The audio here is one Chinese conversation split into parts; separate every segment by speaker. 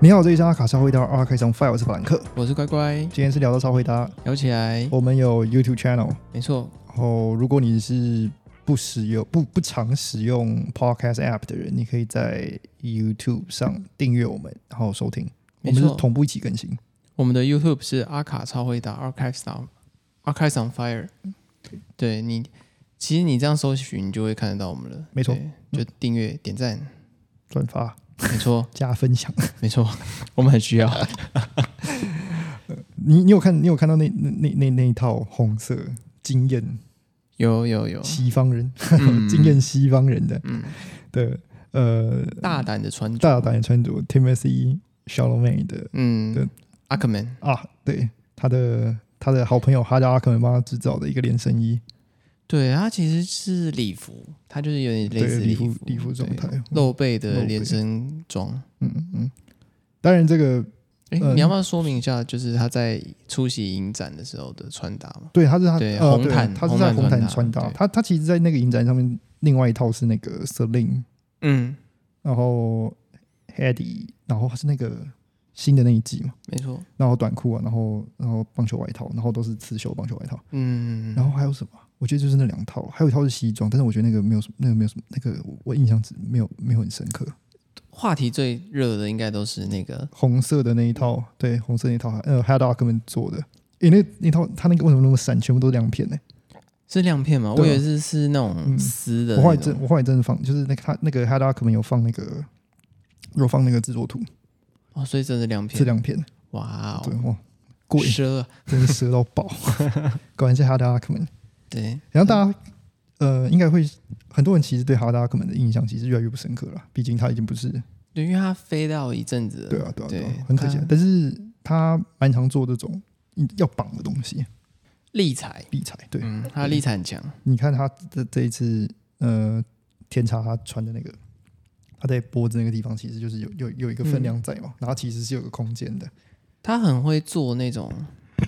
Speaker 1: 你好，这里是阿卡超回答 a r c a 从 File，我是法兰克。
Speaker 2: 我是乖乖，
Speaker 1: 今天是聊到超回答，
Speaker 2: 聊起来，
Speaker 1: 我们有 YouTube channel，
Speaker 2: 没错，
Speaker 1: 然后如果你是不使用、不不常使用 Podcast app 的人，你可以在 YouTube 上订阅我们，然后收听。我
Speaker 2: 没
Speaker 1: 们是
Speaker 2: 错。
Speaker 1: 同步一起更新，
Speaker 2: 我们的 YouTube 是阿卡超回答 Archives on Archives on Fire，对你，其实你这样搜寻，你就会看得到我们了。
Speaker 1: 没错
Speaker 2: 对，就订阅、点赞，
Speaker 1: 转发
Speaker 2: 没错，
Speaker 1: 加分享。
Speaker 2: 没错，我们很需要。
Speaker 1: 你你有看你有看到那那那那那一套红色惊艳
Speaker 2: 有有有，
Speaker 1: 西方人、
Speaker 2: 哦 嗯
Speaker 1: 惊艳西方人的
Speaker 2: 嗯，
Speaker 1: 的呃
Speaker 2: 大胆的穿着，
Speaker 1: 大胆穿着 Timothy Chalamet 的对
Speaker 2: 嗯，阿克曼，
Speaker 1: 啊，对，他的他的好朋友哈达阿克门帮他制造的一个连身衣，
Speaker 2: 对，它其实是礼服，它就是有点类
Speaker 1: 对，
Speaker 2: 似
Speaker 1: 礼
Speaker 2: 服
Speaker 1: 服礼服状
Speaker 2: 对
Speaker 1: 态，
Speaker 2: 露背
Speaker 1: 露
Speaker 2: 的
Speaker 1: 背
Speaker 2: 连身装。
Speaker 1: 嗯嗯。当然，这个
Speaker 2: 哎，
Speaker 1: 嗯
Speaker 2: 你要不要说明一下，就是他在出席影展的时候的穿搭嘛？
Speaker 1: 对他是他
Speaker 2: 对
Speaker 1: 呃
Speaker 2: 红
Speaker 1: 对
Speaker 2: 毯
Speaker 1: 他是在
Speaker 2: 红
Speaker 1: 红
Speaker 2: 毯
Speaker 1: 毯穿
Speaker 2: 穿搭
Speaker 1: 搭，
Speaker 2: 对
Speaker 1: 他他其实，在那个影展上面，另外一套是那个 Celine，
Speaker 2: 嗯，
Speaker 1: 然后 Hedy，然后是那个新的那一季嘛，
Speaker 2: 没错，
Speaker 1: 然后短裤啊，然后然后棒球外套，然后都是刺绣棒球外套，
Speaker 2: 嗯，
Speaker 1: 然后还有什么？我觉得就是那两套，还有一套是西装，但是我觉得那个没有什么，那个没有什么，那个我我印象只没有没有很深刻。
Speaker 2: 话题最热的应该都是那个，
Speaker 1: 红色的那一套，对，红色那一套，呃，还有大哥们做的。诶、那那套他那个为什么那么闪？全部都是亮片呢、
Speaker 2: 是亮片吗？
Speaker 1: 对
Speaker 2: 我
Speaker 1: 啊
Speaker 2: 以为是是那
Speaker 1: 嗯
Speaker 2: 种丝的
Speaker 1: 我后来
Speaker 2: 那
Speaker 1: 真
Speaker 2: 种，
Speaker 1: 我后来真的放，就是那个他那个哈达克们有放那个有放那个制作图，
Speaker 2: 哦，所以真的是亮
Speaker 1: 是
Speaker 2: 片，
Speaker 1: 亮片，
Speaker 2: 哇
Speaker 1: 对
Speaker 2: 哦，
Speaker 1: 哇，贵，
Speaker 2: 奢啊，
Speaker 1: 真是折到 爆，果然是哈达克们。
Speaker 2: 对，
Speaker 1: 然后大家呃，应该会很多人其实对哈达克们的印象其实越来越不深刻了，毕竟他已经不是
Speaker 2: 对，因为它飞到一阵子了，
Speaker 1: 对啊对啊对啊
Speaker 2: 对，
Speaker 1: 很可惜
Speaker 2: 他。
Speaker 1: 但是他蛮常做这种要绑的东西，
Speaker 2: 立彩，
Speaker 1: 必裁对。
Speaker 2: 嗯，它立彩很强，
Speaker 1: 你看他这这一次，呃，天差他穿的那个，他在脖子那个地方，其实就是有有有一个分量在
Speaker 2: 嗯
Speaker 1: 嘛，然后其实是有个空间的，
Speaker 2: 它很会做那种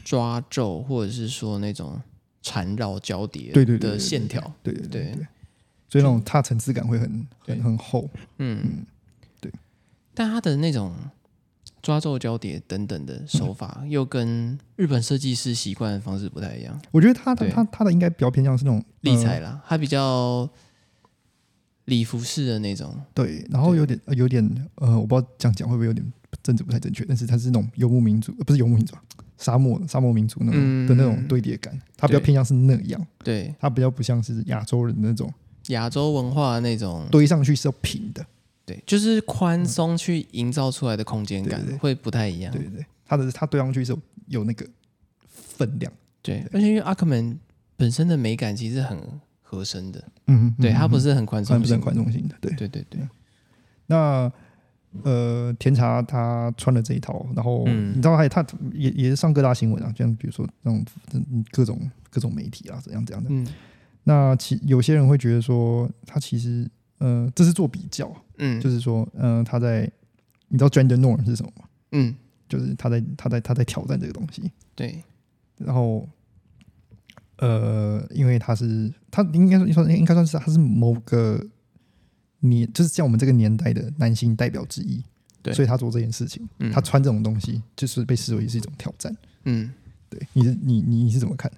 Speaker 2: 抓皱，或者是说那种缠绕交叠，
Speaker 1: 对对对对
Speaker 2: 的
Speaker 1: 对
Speaker 2: 线条，
Speaker 1: 对对
Speaker 2: 对
Speaker 1: 对，所以那种它层次感会很很
Speaker 2: 对
Speaker 1: 很厚，
Speaker 2: 嗯，
Speaker 1: 对。
Speaker 2: 但他的那种抓皱、交叠等等的手法，
Speaker 1: 嗯
Speaker 2: 又跟日本设计师习惯的方式不太一样。
Speaker 1: 我觉得他的
Speaker 2: 对
Speaker 1: 他他的应该比较偏向是那种呃
Speaker 2: 立裁，
Speaker 1: 嗯
Speaker 2: 啦，他比较礼服式的那种，
Speaker 1: 呃对，然后有点呃有点呃，我不知道这样讲会不会有点政治不太正确，但是他是那种游牧民族，呃不是游牧民族啊，沙漠沙漠民族那种
Speaker 2: 嗯
Speaker 1: 的那种堆叠感，他比较
Speaker 2: 对
Speaker 1: 偏向是那样，
Speaker 2: 对
Speaker 1: 他比较不像是亚洲人的那种
Speaker 2: 亚洲文化的那种，
Speaker 1: 堆上去是要平的。
Speaker 2: 对，就是宽松去营造出来的空间感
Speaker 1: 对对对
Speaker 2: 会不太一样
Speaker 1: 对。对对，它的它对上去是有有那个分量，
Speaker 2: 对，而且因为阿克门本身的美感其实很合身的，
Speaker 1: 嗯，
Speaker 2: 对，它不
Speaker 1: 是
Speaker 2: 是很宽
Speaker 1: 算
Speaker 2: 松
Speaker 1: 不是
Speaker 2: 型
Speaker 1: 很，宽松型的，对。
Speaker 2: 对对对，
Speaker 1: 那呃，甜茶他穿了这一套，然后、
Speaker 2: 嗯
Speaker 1: 你知道他也他也也是上各大新闻啊，像比如说那种嗯各种各种媒体啊，怎样怎样的。
Speaker 2: 嗯
Speaker 1: 那其有些人会觉得说，他其实呃，这是做比较，
Speaker 2: 嗯，
Speaker 1: 就是说，嗯、呃，他在你知道 gender norm 是什么吗？
Speaker 2: 嗯
Speaker 1: 就是他在他在他在挑战这个东西。
Speaker 2: 对，
Speaker 1: 然后，呃，因为他是他应该说算应该算是他是某个年，就是在我们这个年代的男性代表之一，
Speaker 2: 对
Speaker 1: 所以他做这件事情，
Speaker 2: 嗯
Speaker 1: 他穿这种东西就是被视为是一种挑战。
Speaker 2: 嗯。
Speaker 1: 对，你是你你你是怎么看？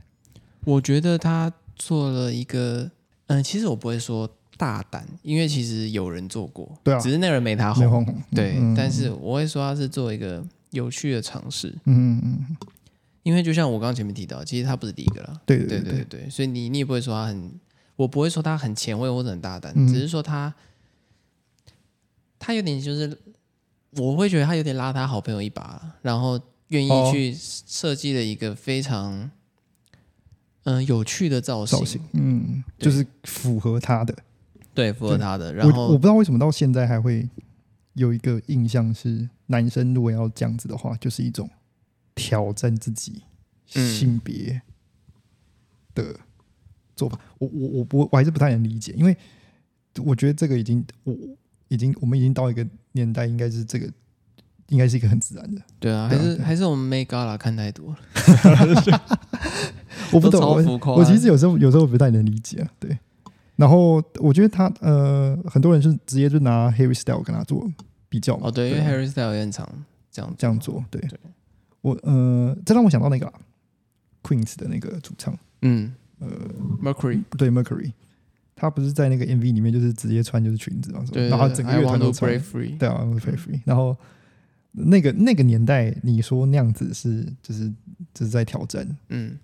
Speaker 2: 我觉得他做了一个，嗯、其实我不会说大胆，因为其实有人做过，
Speaker 1: 对啊
Speaker 2: 只是那个人没他
Speaker 1: 没有
Speaker 2: 红，
Speaker 1: 红红，
Speaker 2: 对，
Speaker 1: 嗯
Speaker 2: 但是我会说他是做一个有趣的尝试，
Speaker 1: 嗯嗯嗯，嗯
Speaker 2: 因为就像我刚刚前面提到，其实他不是第一个啦，
Speaker 1: 对对
Speaker 2: 对
Speaker 1: 对
Speaker 2: 对对，所以你你也不会说他很，我不会说他很前卫或者很大胆，
Speaker 1: 嗯
Speaker 2: 只是说他，他有点就是，我会觉得他有点拉他好朋友一把啦，然后愿
Speaker 1: 哦
Speaker 2: 意去设计了一个非常。嗯、有趣的造型，
Speaker 1: 造型，嗯，就是符合他的。
Speaker 2: 对，符合他的。
Speaker 1: 我
Speaker 2: 然
Speaker 1: 我
Speaker 2: 后
Speaker 1: 不知道为什么到现在还会有一个印象是，男生如果要这样子的话，就是一种挑战自己
Speaker 2: 嗯
Speaker 1: 性别的做法。我我我我我还是不太能理解，因为我觉得这个已经我已经我们已经到一个年代，应该是这个应该是一个很自然的。
Speaker 2: 对啊，
Speaker 1: 对
Speaker 2: 还
Speaker 1: 啊
Speaker 2: 是
Speaker 1: 对
Speaker 2: 还是我们 Make Gala 看太多了，
Speaker 1: 我不懂，
Speaker 2: 都超
Speaker 1: 我
Speaker 2: 浮夸。
Speaker 1: 我其实有时候有时候不太能理解、啊，对。然后我觉得他呃，很多人是直接就拿 Harry Style 跟他做比较嘛。
Speaker 2: 哦，对，因为
Speaker 1: 啊
Speaker 2: Harry Style 也很常这样
Speaker 1: 这样，做，对
Speaker 2: 对
Speaker 1: 我呃，这让我想到那个啦 Queen's 的那个主唱，
Speaker 2: 嗯
Speaker 1: 呃，
Speaker 2: ，Mercury，
Speaker 1: 不对 Mercury，他不是在那个 MV 里面就是直接穿就是裙子嘛，是吧
Speaker 2: 对，
Speaker 1: 然后他
Speaker 2: 对
Speaker 1: 整个
Speaker 2: I
Speaker 1: 乐
Speaker 2: want
Speaker 1: 团都
Speaker 2: to
Speaker 1: 穿
Speaker 2: break，free，
Speaker 1: 对啊，Free Free，然后。那个那个年代，你说那样子是就是就是在挑战，
Speaker 2: 嗯，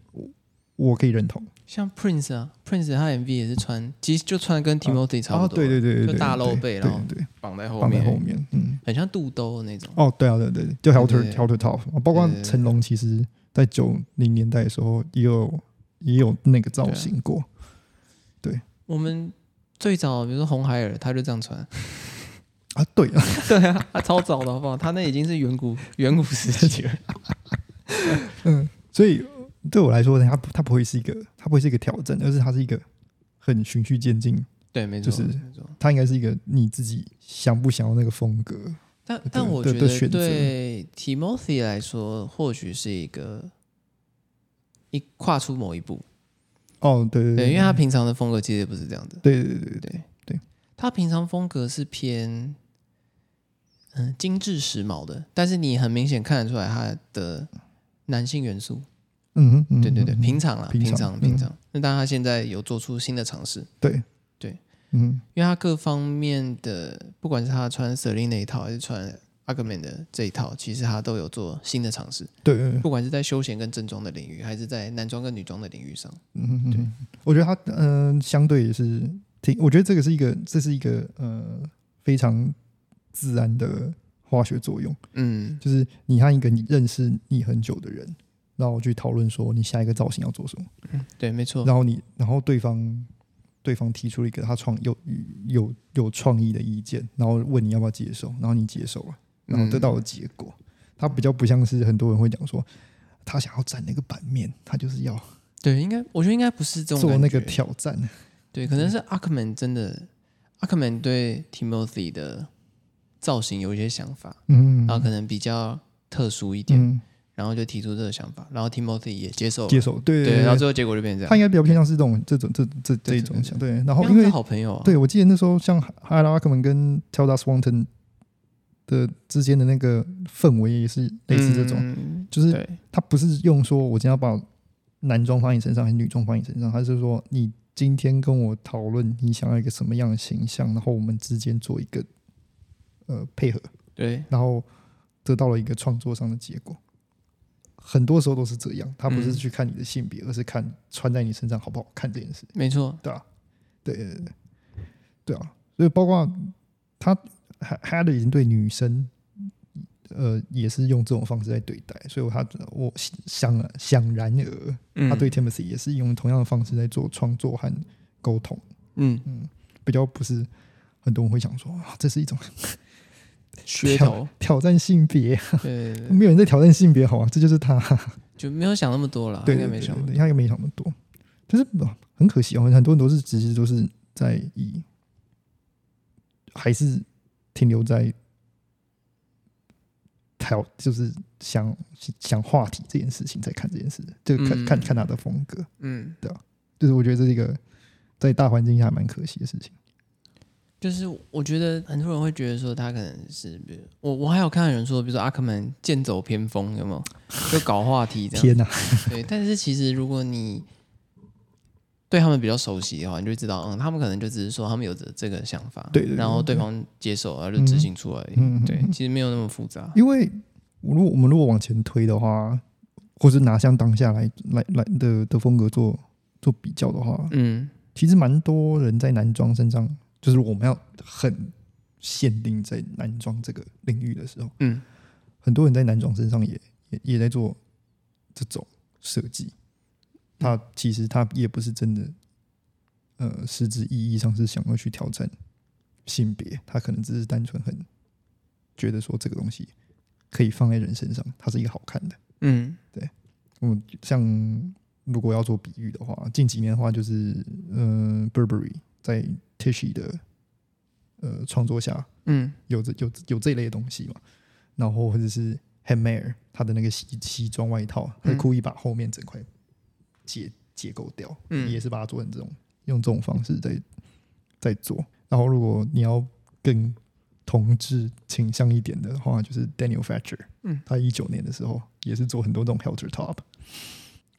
Speaker 1: 我可以认同。
Speaker 2: 像 Prince 啊，Prince 他 MV 也是穿，其实就穿得跟 Timothy 差
Speaker 1: 哦，
Speaker 2: 不多，
Speaker 1: 对对对对，
Speaker 2: 就
Speaker 1: 对
Speaker 2: 大露
Speaker 1: 对
Speaker 2: 背
Speaker 1: 对
Speaker 2: 然后
Speaker 1: 对对，
Speaker 2: 绑在后
Speaker 1: 放在
Speaker 2: 面，
Speaker 1: 后面，嗯，
Speaker 2: 很像肚兜的那种，
Speaker 1: 哦，对啊，对对，对就 Helter
Speaker 2: 对对
Speaker 1: Helter Top，包哦括
Speaker 2: 对对对
Speaker 1: 成龙，其实在九零年代的时候也有也有那个
Speaker 2: 啊
Speaker 1: 造型过，
Speaker 2: 我们最早比如说红孩儿，他就这样穿，
Speaker 1: 啊，对啊，
Speaker 2: 对啊，他超早的好不好？他那已经是远古远古时期 了，
Speaker 1: 所以对我来说，它不它不会是一个它不会是一个挑战，而是它是一个很循序渐进，
Speaker 2: 对，没错，
Speaker 1: 就是
Speaker 2: 没错。
Speaker 1: 它应该是一个你自己想不想要那个风格，
Speaker 2: 但
Speaker 1: 的
Speaker 2: 但我
Speaker 1: 的
Speaker 2: 觉
Speaker 1: 的
Speaker 2: 得
Speaker 1: 选择
Speaker 2: 对 Timothy 来说，或许是一个一跨出某一步，
Speaker 1: 哦，对对
Speaker 2: 对，因为他平常的风格其实也不是这样的，
Speaker 1: 对对对对对
Speaker 2: 对
Speaker 1: 对，
Speaker 2: 他平常风格是偏嗯精致时髦的，但是你很明显看得出来他的男性元素，
Speaker 1: 嗯哼嗯哼，
Speaker 2: 对对对，
Speaker 1: 嗯哼
Speaker 2: 平常啊，
Speaker 1: 平
Speaker 2: 平
Speaker 1: 常
Speaker 2: 常
Speaker 1: 嗯
Speaker 2: 平常。那当然他现在有做出新的尝试，
Speaker 1: 对
Speaker 2: 对，
Speaker 1: 嗯
Speaker 2: 因为他各方面的，不管是他穿 Celine 那一套，还是穿 Argument 的这一套，其实他都有做新的尝试。
Speaker 1: 对对对嗯
Speaker 2: 不管是在休闲跟正装的领域，还是在男装跟女装的领域上，
Speaker 1: 嗯哼嗯哼，我觉得它嗯、相对也是挺，我觉得这个是一个这是一个呃非常自然的化学作用，
Speaker 2: 嗯，
Speaker 1: 就是你和一个你认识你很久的人，然后去讨论说你下一个造型要做什么，
Speaker 2: 对，没错，
Speaker 1: 然后你然后对方对方提出了一个他创有有有创意的意见，然后问你要不要接受，然后你接受了，然
Speaker 2: 嗯
Speaker 1: 后得到了结果，他比较不像是很多人会讲说。他想要占那个版面，他就是要
Speaker 2: 对，应该我觉得应该不是这种
Speaker 1: 做那
Speaker 2: 感
Speaker 1: 个
Speaker 2: 觉哦
Speaker 1: 挑战。
Speaker 2: 对，可
Speaker 1: 嗯
Speaker 2: 能是 Arkman 真的 Arkman 对 Timothy 的造型有一些想法，
Speaker 1: 嗯，
Speaker 2: 然后可能比较特殊一点，
Speaker 1: 嗯，
Speaker 2: 然后就提出这个想法，然后 Timothy 也接受了，
Speaker 1: 接受，对
Speaker 2: 对，然后
Speaker 1: 对
Speaker 2: 最后结果就变成这
Speaker 1: 他
Speaker 2: 样。
Speaker 1: 应该比较偏向是这种这种这这这
Speaker 2: 对对
Speaker 1: 种
Speaker 2: 对
Speaker 1: 想对。然后
Speaker 2: 他
Speaker 1: 因
Speaker 2: 们
Speaker 1: 为
Speaker 2: 是好朋友啊，
Speaker 1: 对我记得那时候像哈拉克曼跟 Tilda Swanton 的之间的那个氛围也是类似这种，
Speaker 2: 嗯
Speaker 1: 就是
Speaker 2: 对，
Speaker 1: 他不是用说我今天要把男装放你身上还是女装放你身上，他是说你今天跟我讨论你想要一个什么样的形象，然后我们之间做一个呃配合，
Speaker 2: 对，
Speaker 1: 然后得到了一个创作上的结果。很多时候都是这样，他不是
Speaker 2: 嗯
Speaker 1: 去看你的性别，而是看穿在你身上好不好看这件事，
Speaker 2: 没错，
Speaker 1: 对吧、对对对对对啊，所以包括他还还的已经对女生，呃，也是用这种方式在对待，所以我他我想了想然而，
Speaker 2: 嗯，
Speaker 1: 他对 Timothy 也是用同样的方式在做创作和沟通，
Speaker 2: 嗯
Speaker 1: 比较不是很多人会想说啊，这是一种
Speaker 2: 噱 头，
Speaker 1: 挑战性别
Speaker 2: 对对对，对
Speaker 1: 没有人在挑战性别，好啊，这就是他。
Speaker 2: 就没有想那么多了，
Speaker 1: 对，
Speaker 2: 啊应该没想那么多
Speaker 1: 对对对他也没想那么多。但是哦很可惜哦，很多人都是其实都是在以，还是停留在挑，就是想想话题这件事情在看这件事，就看、
Speaker 2: 嗯
Speaker 1: 看看他的风格。
Speaker 2: 嗯。
Speaker 1: 就是我觉得这是一个在大环境下蛮可惜的事情。
Speaker 2: 就是我觉得很多人会觉得说他可能是，比如我我还有看到有人说，比如说阿克曼剑走偏锋，有没有？就搞话题这样。
Speaker 1: 天哪、
Speaker 2: 对，但是其实如果你对他们比较熟悉的话，你就会知道，嗯，他们可能就只是说他们有着这个想法，
Speaker 1: 对对对
Speaker 2: 然后对方接受，然后就执行出来而已。
Speaker 1: 嗯嗯嗯
Speaker 2: 对，其实没有那么复杂。
Speaker 1: 因为如果我们如果往前推的话，或是拿像当下来来来的的风格做做比较的话，
Speaker 2: 嗯，
Speaker 1: 其实蛮多人在男装身上，就是我们要很限定在男装这个领域的时候，
Speaker 2: 嗯，
Speaker 1: 很多人在男装身上也也也在做这种设计。他其实他也不是真的，呃，实质意义上是想要去挑战性别，他可能只是单纯很觉得说这个东西可以放在人身上，它是一个好看的。
Speaker 2: 嗯，
Speaker 1: 嗯，像如果要做比喻的话，近几年的话就是，嗯、b u r b e r r y 在 Tishy 的呃创作下，
Speaker 2: 嗯，
Speaker 1: 有这有有这一类的东西嘛，然后或者是 Hammer 他的那个西西装外套，他
Speaker 2: 嗯
Speaker 1: 故意把后面整块解解构掉，
Speaker 2: 嗯
Speaker 1: 也是把它做成这种用这种方式在在做。然后如果你要更同志倾向一点的话，就是 Daniel Fletcher，
Speaker 2: 嗯，
Speaker 1: 他一九年的时候也是做很多这种 Helter Top，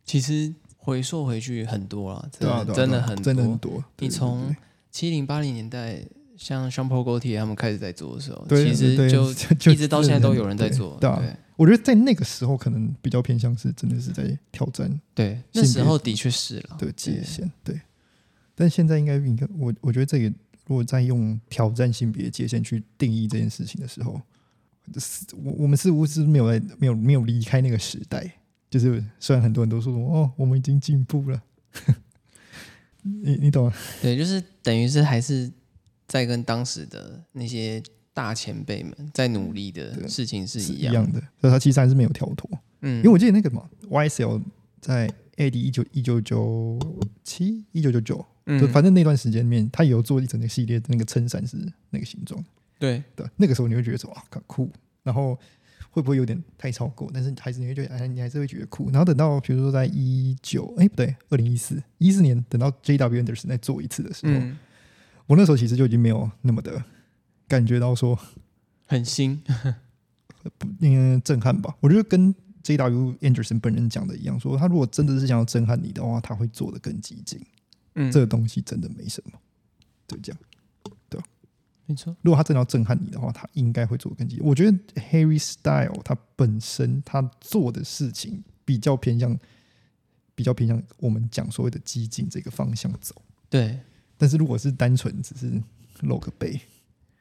Speaker 2: 其实回溯回去很多了，真
Speaker 1: 对
Speaker 2: 的、
Speaker 1: 啊，对啊
Speaker 2: 真
Speaker 1: 对
Speaker 2: 的
Speaker 1: 啊
Speaker 2: 很多。
Speaker 1: 真的很多。对
Speaker 2: 你
Speaker 1: 对对
Speaker 2: 从七零八零年代，像 Sean Paul Gaultier 他们开始在做的时候，
Speaker 1: 对
Speaker 2: 其实
Speaker 1: 对
Speaker 2: 就
Speaker 1: 就 就
Speaker 2: 一直到现在都有人在做。
Speaker 1: 对啊我觉得在那个时候可能比较偏向是真的是在挑战
Speaker 2: 对，
Speaker 1: 性别
Speaker 2: 那时候的确是了。
Speaker 1: 的界
Speaker 2: 哦对
Speaker 1: 限，对。但现在应该应该，我我觉得这个如果在用挑战性别界限去定义这件事情的时候，是我我们似乎是没有在没有没有离开那个时代。就是虽然很多人都说什么哦，我们已经进步了， 你你懂吗？
Speaker 2: 对，就是等于是还是在跟当时的那些大前辈们在努力的
Speaker 1: 对
Speaker 2: 事情是
Speaker 1: 是
Speaker 2: 一
Speaker 1: 一
Speaker 2: 样。
Speaker 1: 样的，所以他其实还是没有跳脱。
Speaker 2: 嗯，
Speaker 1: 因为我记得那个嘛，YSL 在 AD 一九一九九七一九九九，
Speaker 2: 嗯
Speaker 1: 就反正那段时间里面，他也有做一整个系列，那个撑伞是那个形状。
Speaker 2: 对
Speaker 1: 对，那个时候你会觉得说啊，靠酷，然后会不会有点太超过？但是还是你会觉得，哎，你还是会觉得酷。然后等到比如说在一九，哎，不对，二零一四一四年，等到 J.W. Anderson 再做一次的时候，
Speaker 2: 嗯，
Speaker 1: 我那时候其实就已经没有那么的感觉到说
Speaker 2: 很新。
Speaker 1: 不，嗯，震撼吧。我觉得跟 J.W. Anderson 本人讲的一样，说他如果真的是想要震撼你的话，他会做的更激进。
Speaker 2: 嗯，
Speaker 1: 这个东西真的没什么，就这样。
Speaker 2: 没错。
Speaker 1: 如果他真的要震撼你的话，他应该会做得更激烈。我觉得 Harry Style 他本身他做的事情比较偏向，比较偏向我们讲所谓的激进这个方向走。
Speaker 2: 对，
Speaker 1: 但是如果是单纯只是露个背，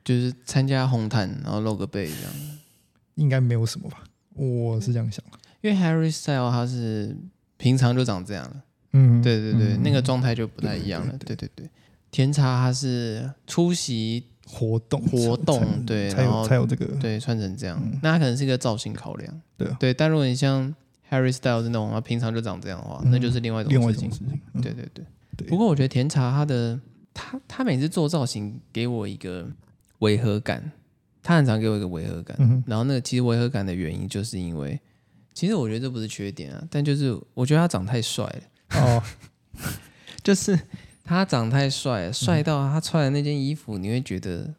Speaker 2: 就是参加红毯，然后露个背这样。
Speaker 1: 应该没有什么吧？我是这样想的。
Speaker 2: 因为 Harry Style 他是平常就长这样了，
Speaker 1: 嗯
Speaker 2: 对对对，
Speaker 1: 嗯
Speaker 2: 那个状态就不太一样了，
Speaker 1: 对
Speaker 2: 对对对。甜茶他是出席，
Speaker 1: 活动
Speaker 2: 活动
Speaker 1: 才
Speaker 2: 对
Speaker 1: 才
Speaker 2: 然后
Speaker 1: 有才有这个
Speaker 2: 对，穿成这样
Speaker 1: 嗯，
Speaker 2: 那他可能是一个造型考量，
Speaker 1: 对啊
Speaker 2: 对。但如果你像 Harry Style 这种，他平常就长这样的话，
Speaker 1: 嗯
Speaker 2: 那就是另外一
Speaker 1: 另
Speaker 2: 种
Speaker 1: 外一
Speaker 2: 事情
Speaker 1: 种，事情。嗯
Speaker 2: 对对对。
Speaker 1: 对
Speaker 2: 不过我觉得甜茶他的他他每次做造型给我一个违和感，他很常给我一个违和感，
Speaker 1: 嗯哼
Speaker 2: 然后那个其实违和感的原因，就是因为其实我觉得这不是缺点啊，但就是我觉得他长太帅了，
Speaker 1: 哦，
Speaker 2: 就是 他长太帅了，
Speaker 1: 嗯
Speaker 2: 帅到他穿的那件衣服，你会觉得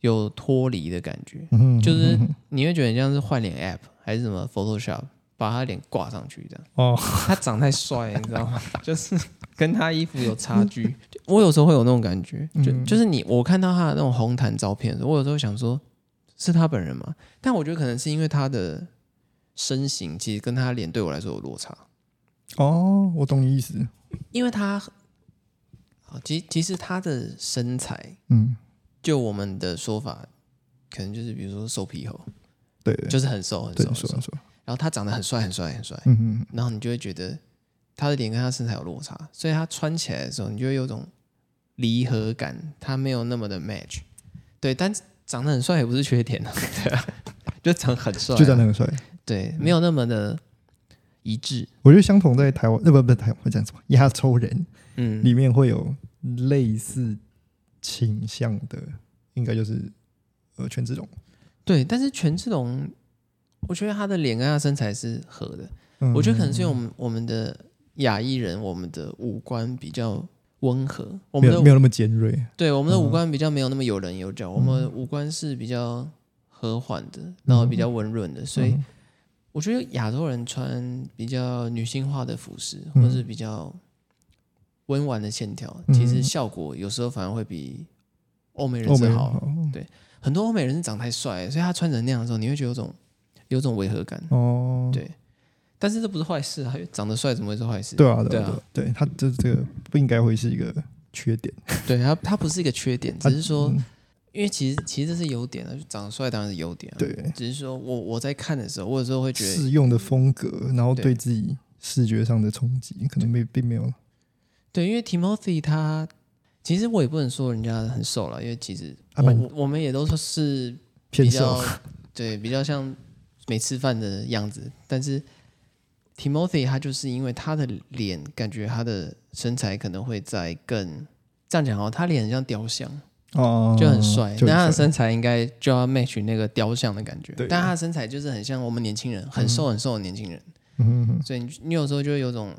Speaker 2: 有脱离的感觉，
Speaker 1: 嗯哼
Speaker 2: 就是你会觉得很像是换脸 App 还是什么 Photoshop 把他脸挂上去这样。
Speaker 1: 哦，
Speaker 2: 他长太帅了，你知道 吗？就是跟他衣服有差距。我有时候会有那种感觉，就
Speaker 1: 嗯
Speaker 2: 就是你我看到他的那种红毯照片的时候，我有时候想说，是他本人吗？但我觉得可能是因为他的身形其实跟他脸对我来说有落差，
Speaker 1: 哦，我懂你意思。
Speaker 2: 因为他，好，其其实他的身材，
Speaker 1: 嗯，
Speaker 2: 就我们的说法，可能就是比如说瘦皮猴，
Speaker 1: 对，对
Speaker 2: 就是很瘦很
Speaker 1: 对
Speaker 2: 瘦
Speaker 1: 你
Speaker 2: 很
Speaker 1: 说
Speaker 2: 瘦
Speaker 1: 你，说，
Speaker 2: 然后他长得很帅很帅很帅，
Speaker 1: 嗯嗯嗯，
Speaker 2: 然后你就会觉得他的脸跟他身材有落差，所以他穿起来的时候，你就会有种离合感，他没有那么的 match。对，但长得很帅也不是缺点啊， 对啊，就长得很帅啊、
Speaker 1: 就长得很帅。
Speaker 2: 对，没有那么的一致。
Speaker 1: 我觉得相同在台湾，那不不是台湾，我讲什么？亚洲人
Speaker 2: 嗯，
Speaker 1: 里面会有类似倾向的，应该就是呃权志龙。
Speaker 2: 对，但是权志龙，我觉得他的脸跟他身材是合的，
Speaker 1: 嗯
Speaker 2: 我觉得可能是因为我们我们的亚裔人，我们的五官比较温和，我
Speaker 1: 没
Speaker 2: 们的
Speaker 1: 有没有那么尖锐。
Speaker 2: 对，我们的
Speaker 1: 嗯
Speaker 2: 五官比较没有那么有棱有角，我们五官是比较和缓的，然后比较温润的，所以
Speaker 1: 嗯
Speaker 2: 我觉得亚洲人穿比较女性化的服饰，
Speaker 1: 嗯
Speaker 2: 或是比较温婉的线条，
Speaker 1: 嗯
Speaker 2: 其实效果有时候反而会比欧美人
Speaker 1: 欧
Speaker 2: 是
Speaker 1: 美人
Speaker 2: 好。
Speaker 1: 好
Speaker 2: 很多欧美人是长太帅，所以他穿成那样的时候，你会觉得有种有种违和感。
Speaker 1: 哦，
Speaker 2: 对，但是这不是坏事啊，因为长得帅怎么会是坏事？
Speaker 1: 对啊对
Speaker 2: 对啊
Speaker 1: 啊对啊，对他这这个不应该会是一个缺点，
Speaker 2: 对，他他不是一个缺点，只是说，
Speaker 1: 嗯
Speaker 2: 因为其实其实这是优点啊，就长得帅当然是优点啊。
Speaker 1: 对
Speaker 2: 只是说我我在看的时候，我有时候会觉得，
Speaker 1: 适用的风格，然后
Speaker 2: 对
Speaker 1: 对自己视觉上的冲击，可能没并没有。
Speaker 2: 对，因为 Timothy 他其实我也不能说人家很瘦了，因为其实
Speaker 1: 他
Speaker 2: 我
Speaker 1: 蛮
Speaker 2: 我我们也都说是比
Speaker 1: 啊偏瘦
Speaker 2: 较，对比较像没吃饭的样子，但是 Timothy 他就是因为他的脸，感觉他的身材可能会在更这样讲哦，他脸很像雕像，
Speaker 1: 哦，
Speaker 2: 就很帅，
Speaker 1: 就
Speaker 2: 但他的
Speaker 1: 很帅
Speaker 2: 身材应该就要 match 那个雕像的感觉
Speaker 1: 对，
Speaker 2: 但他的身材就是很像我们年轻人，很瘦很瘦的年轻人，
Speaker 1: 嗯哼哼
Speaker 2: 所以你你有时候就会有种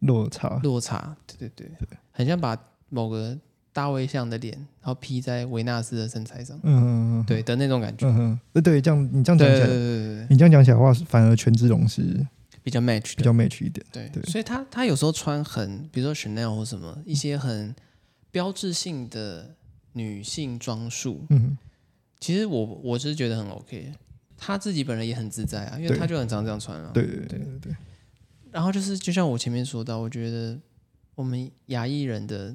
Speaker 1: 落差，
Speaker 2: 落差，对对对，很像把某个大卫像的脸，然后披在维纳斯的身材上，
Speaker 1: 嗯，
Speaker 2: 对的那种感觉。
Speaker 1: 嗯哼，呃对，这样你这样
Speaker 2: 对
Speaker 1: 讲
Speaker 2: 对
Speaker 1: 起来，
Speaker 2: 对对对对，
Speaker 1: 你这样讲起来的话，反而权志龙是
Speaker 2: 比较 match
Speaker 1: 比
Speaker 2: 的。
Speaker 1: 较 match 一点。
Speaker 2: 对，
Speaker 1: 对
Speaker 2: 所以他他有时候穿很，比如说 Chanel 或什么一些很标志性的女性装束，
Speaker 1: 嗯
Speaker 2: 其实我我是觉得很 OK。他自己本人也很自在啊，因为
Speaker 1: 对
Speaker 2: 他就很常这样穿啊。
Speaker 1: 哼，对对对对对，
Speaker 2: 然后就是，就像我前面说到，我觉得我们亚裔人的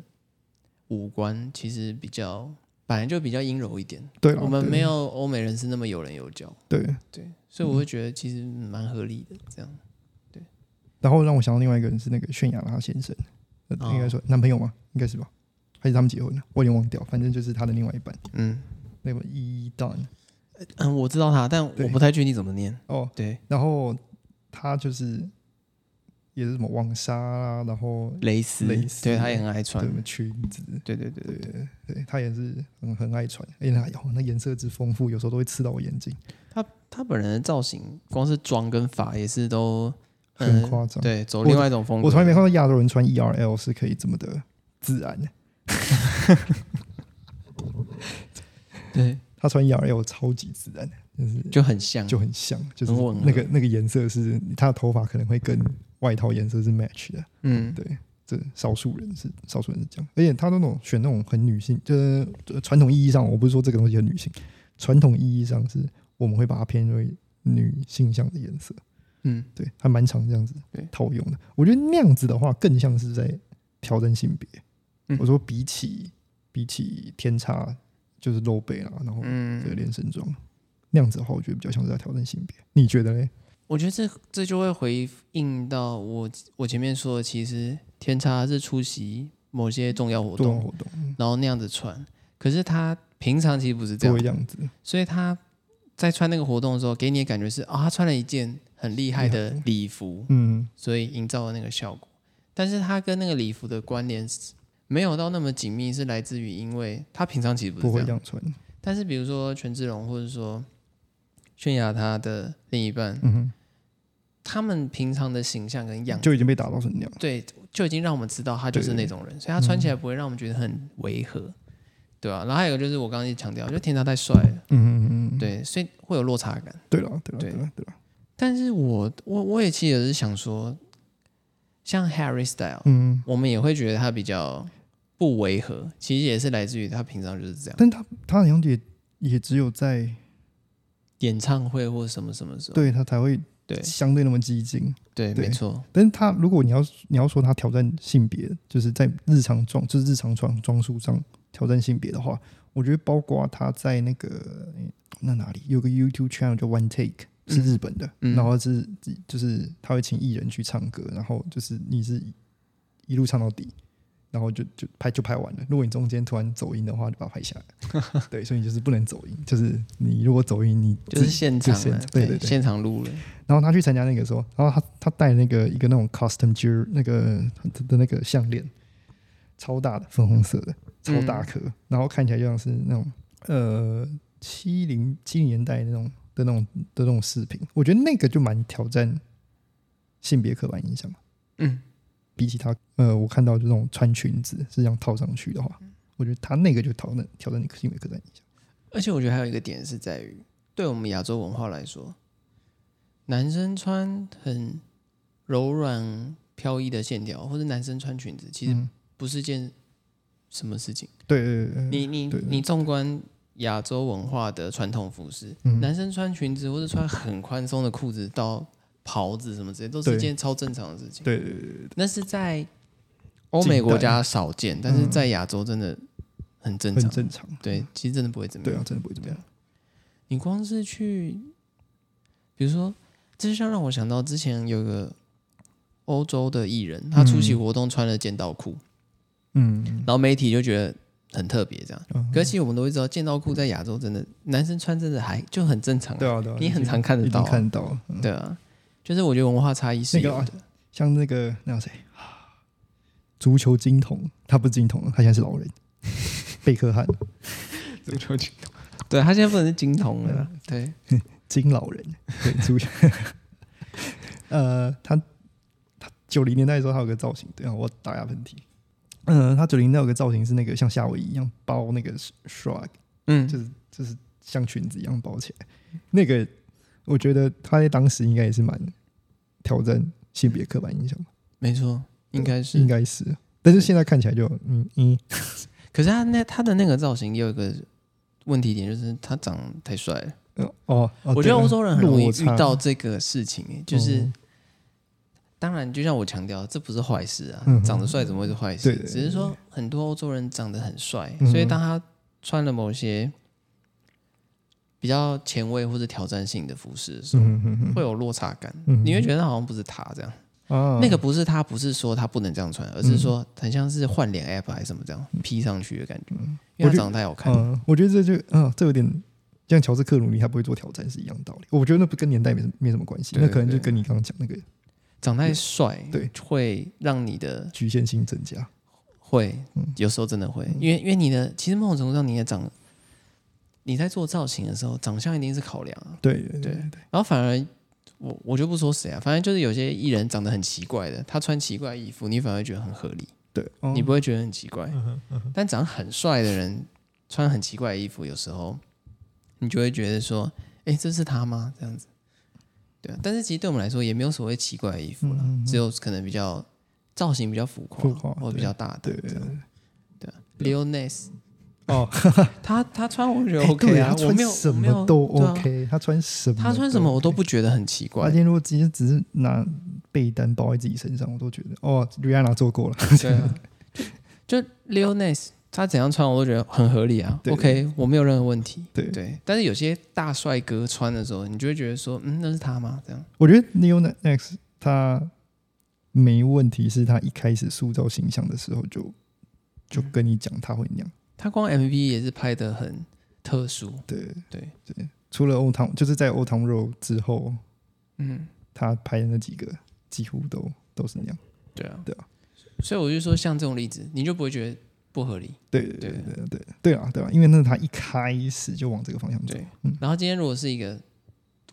Speaker 2: 五官其实比较本来就比较阴柔一点，
Speaker 1: 对啦
Speaker 2: 我们
Speaker 1: 对
Speaker 2: 没有欧美人是那么有棱有角，
Speaker 1: 对。
Speaker 2: 对，所以我会觉得其实蛮合理的这样。
Speaker 1: 然后让我想到另外一个人是那个泫雅拉先生，呃
Speaker 2: 哦
Speaker 1: 应该说男朋友吗？应该是吧？还是他们结婚了？我有点忘掉，反正就是他的另外一半，
Speaker 2: 嗯
Speaker 1: 那个伊丹
Speaker 2: 嗯，我知道他，但
Speaker 1: 对
Speaker 2: 我不太确定怎么念。
Speaker 1: 哦。
Speaker 2: 对，
Speaker 1: 然后他就是也是什么网纱啊，然后
Speaker 2: 蕾丝，
Speaker 1: 蕾丝
Speaker 2: 对，他也很爱
Speaker 1: 对
Speaker 2: 穿
Speaker 1: 什。么裙子，
Speaker 2: 对对对对对，
Speaker 1: 对他也是很很爱穿，而且他哦那颜色之丰富，有时候都会刺到我眼睛，
Speaker 2: 他本人的造型，光是妆跟发也是都
Speaker 1: 很
Speaker 2: 嗯
Speaker 1: 夸张。
Speaker 2: 对，走另外一种风格。
Speaker 1: 我从来没看到亚洲人穿 E R L 是可以这么的自然的，
Speaker 2: 对，
Speaker 1: 他穿 E R L 超级自然，就是
Speaker 2: 就很像，
Speaker 1: 就很像，就是
Speaker 2: 很啊吻合
Speaker 1: 那个那个颜色是他的头发可能会跟外套颜色是 match 的，
Speaker 2: 嗯，
Speaker 1: 对，这少数人是少数人是这样，而且他那种选那种很女性，就是呃传统意义上，我不是说这个东西很女性，传统意义上是我们会把它偏为女性向的颜色，
Speaker 2: 嗯，
Speaker 1: 对，还蛮常这样子
Speaker 2: 对
Speaker 1: 套用的。我觉得那样子的话，更像是在调整性别。
Speaker 2: 嗯
Speaker 1: 我说比起比起天差，就是露背啦，然后
Speaker 2: 嗯
Speaker 1: 这个连身装、那样子的话，我觉得比较像是在调整性别。你觉得嘞？
Speaker 2: 我觉得这这就会回应到我我前面说的，其实天差是出席某些重要活
Speaker 1: 多种
Speaker 2: 动，
Speaker 1: 活动嗯
Speaker 2: 然后那样子穿。可是他平常其实不是这
Speaker 1: 都会
Speaker 2: 样，
Speaker 1: 这样子，
Speaker 2: 所以他在穿那个活动的时候，给你的感觉是啊、他穿了一件很厉害的礼服，
Speaker 1: 嗯，
Speaker 2: 所以营造了那个效果。但是他跟那个礼服的关联是没有到那么紧密，是来自于因为他平常其实不是
Speaker 1: 不
Speaker 2: 这
Speaker 1: 会
Speaker 2: 样
Speaker 1: 这。样穿，
Speaker 2: 但是比如说权志龙，或者说泫雅她的另一半，
Speaker 1: 嗯哼，
Speaker 2: 他们平常的形象跟样子，
Speaker 1: 就已经被打造成那样。
Speaker 2: 对，就已经让我们知道他就是那种人，所以他穿起来不会让我们觉得很违和，
Speaker 1: 嗯
Speaker 2: 对啊。然后还有一个就是我刚刚也强调，就天堂太帅了，
Speaker 1: 嗯嗯嗯，
Speaker 2: 对，所以会有落差感。
Speaker 1: 对了，对了，对
Speaker 2: 对
Speaker 1: 了，对了，
Speaker 2: 但是我我我也其实也是想说，像 Harry Style，、
Speaker 1: 嗯，
Speaker 2: 我们也会觉得他比较不违和，其实也是来自于他平常就是这样，
Speaker 1: 但他他好像也也只有在
Speaker 2: 演唱会或什么什么时候，
Speaker 1: 对他才会
Speaker 2: 对
Speaker 1: 相对那么激进，
Speaker 2: 对，
Speaker 1: 对
Speaker 2: 没错，
Speaker 1: 但是他如果你要你要说他挑战性别，就是在日常装就是日常装装束上挑战性别的话，我觉得包括他在那个诶那哪里有个 YouTube channel 叫 One Take。是日本的，
Speaker 2: 嗯
Speaker 1: 然后是就是他会请艺人去唱歌，然后就是你是一一路唱到底，然后就就拍就拍完了。如果你中间突然走音的话，就把它拍下来。 对，所以你就是不能走音，就是你如果走音，你
Speaker 2: 就是
Speaker 1: 自
Speaker 2: 现场
Speaker 1: 就现
Speaker 2: 的，
Speaker 1: 场对对对
Speaker 2: 现场录了，
Speaker 1: 然后他去参加那个时候，然后他他戴那个一个那种 custom jewel 那个的的那个项链，超大的粉红色的，超大颗，然后看起来就像是那种呃七零七零年代那种的那种的那种饰品，我觉得那个就蛮挑战性别刻板印象。
Speaker 2: 嗯，
Speaker 1: 比起他呃，我看到就那种穿裙子是这样套上去的话，我觉得他那个就挑战挑战你性别刻板印象。
Speaker 2: 而且我觉得还有一个点是在于，对我们亚洲文化来说，男生穿很柔软飘逸的线条，或者男生穿裙子，其实
Speaker 1: 嗯
Speaker 2: 不是件什么事情。
Speaker 1: 对对对对对，
Speaker 2: 你你
Speaker 1: 对对
Speaker 2: 你纵观亚洲文化的传统服饰，
Speaker 1: 嗯
Speaker 2: 男生穿裙子或者穿很宽松的裤子到袍子什么之类，都是
Speaker 1: 对
Speaker 2: 件超正常的事情。
Speaker 1: 对对对
Speaker 2: 那是在欧美国家少见，但是在亚洲真的很正
Speaker 1: 对，嗯很
Speaker 2: 常。嗯
Speaker 1: 正常。
Speaker 2: 对，其实真的不会怎么
Speaker 1: 对
Speaker 2: 样
Speaker 1: 啊，。真的不会怎么样。
Speaker 2: 你光是去，比如说，这就像让我想到之前有个欧洲的艺人，他出席活动穿了剑道裤，
Speaker 1: 嗯，
Speaker 2: 然后媒体就觉得很特别这样。
Speaker 1: 嗯
Speaker 2: 可是其实我们都会知道，剑道裤在亚洲真的男生穿真的还就很正常啊、
Speaker 1: 对啊，对啊，
Speaker 2: 你很
Speaker 1: 已经
Speaker 2: 常看得
Speaker 1: 已
Speaker 2: 到
Speaker 1: 经
Speaker 2: 啊
Speaker 1: 看得到了。嗯
Speaker 2: 对啊，就是我觉得文化差异是
Speaker 1: 那
Speaker 2: 有
Speaker 1: 个啊
Speaker 2: 的。
Speaker 1: 像那个那个谁，啊足球金童，他不是金童了，他现在是老人， 贝克汉，
Speaker 2: 足球金童，对他现在不能是金 童了啦，对，
Speaker 1: 金老人，对，足球。 呃，他他九零年代的时候，他有个造型，对啊，我打下喷嚏。嗯，他九零那有个造型是那个像夏威夷一样包那个 shrug，
Speaker 2: 嗯
Speaker 1: 就是就是像裙子一样包起来。那个我觉得他在当时应该也是蛮挑战性别刻板印象吧，
Speaker 2: 没错，应该
Speaker 1: 应
Speaker 2: 是。
Speaker 1: 该是。但是现在看起来就嗯嗯，
Speaker 2: 可是他那他的那个造型也有一个问题点，就是他长得太帅了。
Speaker 1: 嗯哦，哦
Speaker 2: 我觉得欧洲人很容易
Speaker 1: 落
Speaker 2: 遇
Speaker 1: 差
Speaker 2: 到这个事情、欸，就是、
Speaker 1: 嗯
Speaker 2: 当然，就像我强调，这不是坏事啊，
Speaker 1: 嗯哼
Speaker 2: 长得帅怎么会是坏事？
Speaker 1: 对对对
Speaker 2: 只是说很多欧洲人长得很帅，
Speaker 1: 嗯哼
Speaker 2: 所以当他穿了某些比较前卫或者挑战性的服饰的时候，
Speaker 1: 嗯嗯嗯
Speaker 2: 会有落差感，
Speaker 1: 嗯哼
Speaker 2: 你会觉得好像不是他这样。
Speaker 1: 嗯啊，
Speaker 2: 那个不是他，不是说他不能这样穿，而是说很像是换脸 app 还是什么这样 P 上去的感觉，
Speaker 1: 嗯我
Speaker 2: 因为他
Speaker 1: 就
Speaker 2: 长得太好看。
Speaker 1: 嗯，我觉得这就嗯，这有点像乔治克鲁尼他不会做挑战是一样的道理。我觉得那不跟年代没什么没什么关系，
Speaker 2: 对
Speaker 1: 那可能
Speaker 2: 对
Speaker 1: 就跟你刚刚讲那个
Speaker 2: 长太帅，
Speaker 1: 对，
Speaker 2: 会让你的
Speaker 1: 局限性增加。
Speaker 2: 会
Speaker 1: 嗯，
Speaker 2: 有时候真的会，因为因为你的其实某种程度上你的长，你在做造型的时候，长相一定是考量啊。
Speaker 1: 对对
Speaker 2: 对然后反而我我就不说谁啊，反正就是有些艺人长得很奇怪的，他穿奇怪的衣服，你反而觉得很合理，
Speaker 1: 对，哦嗯
Speaker 2: 你不会觉得很奇怪。但长得很帅的人穿很奇怪的衣服，有时候你就会觉得说，哎，这是他吗？这样子，对啊。但是其实对我们来说也没有所谓奇怪的衣服了，
Speaker 1: 嗯嗯嗯
Speaker 2: 只有可能比较造型比较浮夸，
Speaker 1: 浮夸
Speaker 2: 或者比
Speaker 1: 对
Speaker 2: 较大
Speaker 1: 对
Speaker 2: 胆
Speaker 1: 对
Speaker 2: 这
Speaker 1: 对
Speaker 2: 样。对啊，Lil Nas，
Speaker 1: 哦，
Speaker 2: 他他穿我觉得
Speaker 1: 哎
Speaker 2: OK
Speaker 1: 对
Speaker 2: 啊
Speaker 1: 他，
Speaker 2: 我
Speaker 1: 穿
Speaker 2: 没有
Speaker 1: 什
Speaker 2: 我没有
Speaker 1: 么都
Speaker 2: 对啊
Speaker 1: OK，他穿什么
Speaker 2: 他穿什么我都
Speaker 1: OK
Speaker 2: 不觉得很奇
Speaker 1: 他
Speaker 2: 怪
Speaker 1: 今。天如果直接只是拿被单包在自己身上，我都觉得哦，Rihanna 做过了。
Speaker 2: 对啊，就就 Lil Nas，他怎样穿我都觉得很合理啊。
Speaker 1: 对
Speaker 2: OK，我没有任何问题。
Speaker 1: 对
Speaker 2: 对，但是有些大帅哥穿的时候，你就会觉得说，嗯，那是他吗？这样
Speaker 1: 我觉得 Neo Next 他没问题，是他一开始塑造形象的时候就就跟你讲他会那样。
Speaker 2: 他光 MV 也是拍的很特殊。
Speaker 1: 对
Speaker 2: 对
Speaker 1: 对，除了 Old Town，就是在 Old Town Road 之后，
Speaker 2: 嗯，
Speaker 1: 他拍的那几个几乎都都是那样。
Speaker 2: 对啊，
Speaker 1: 对啊。
Speaker 2: 所以我就说，像这种例子，你就不会觉得不合理。
Speaker 1: 对对对对对对啊对啊，因为那是他一开始就往这个方向走。
Speaker 2: 对
Speaker 1: 嗯，
Speaker 2: 然后今天如果是一个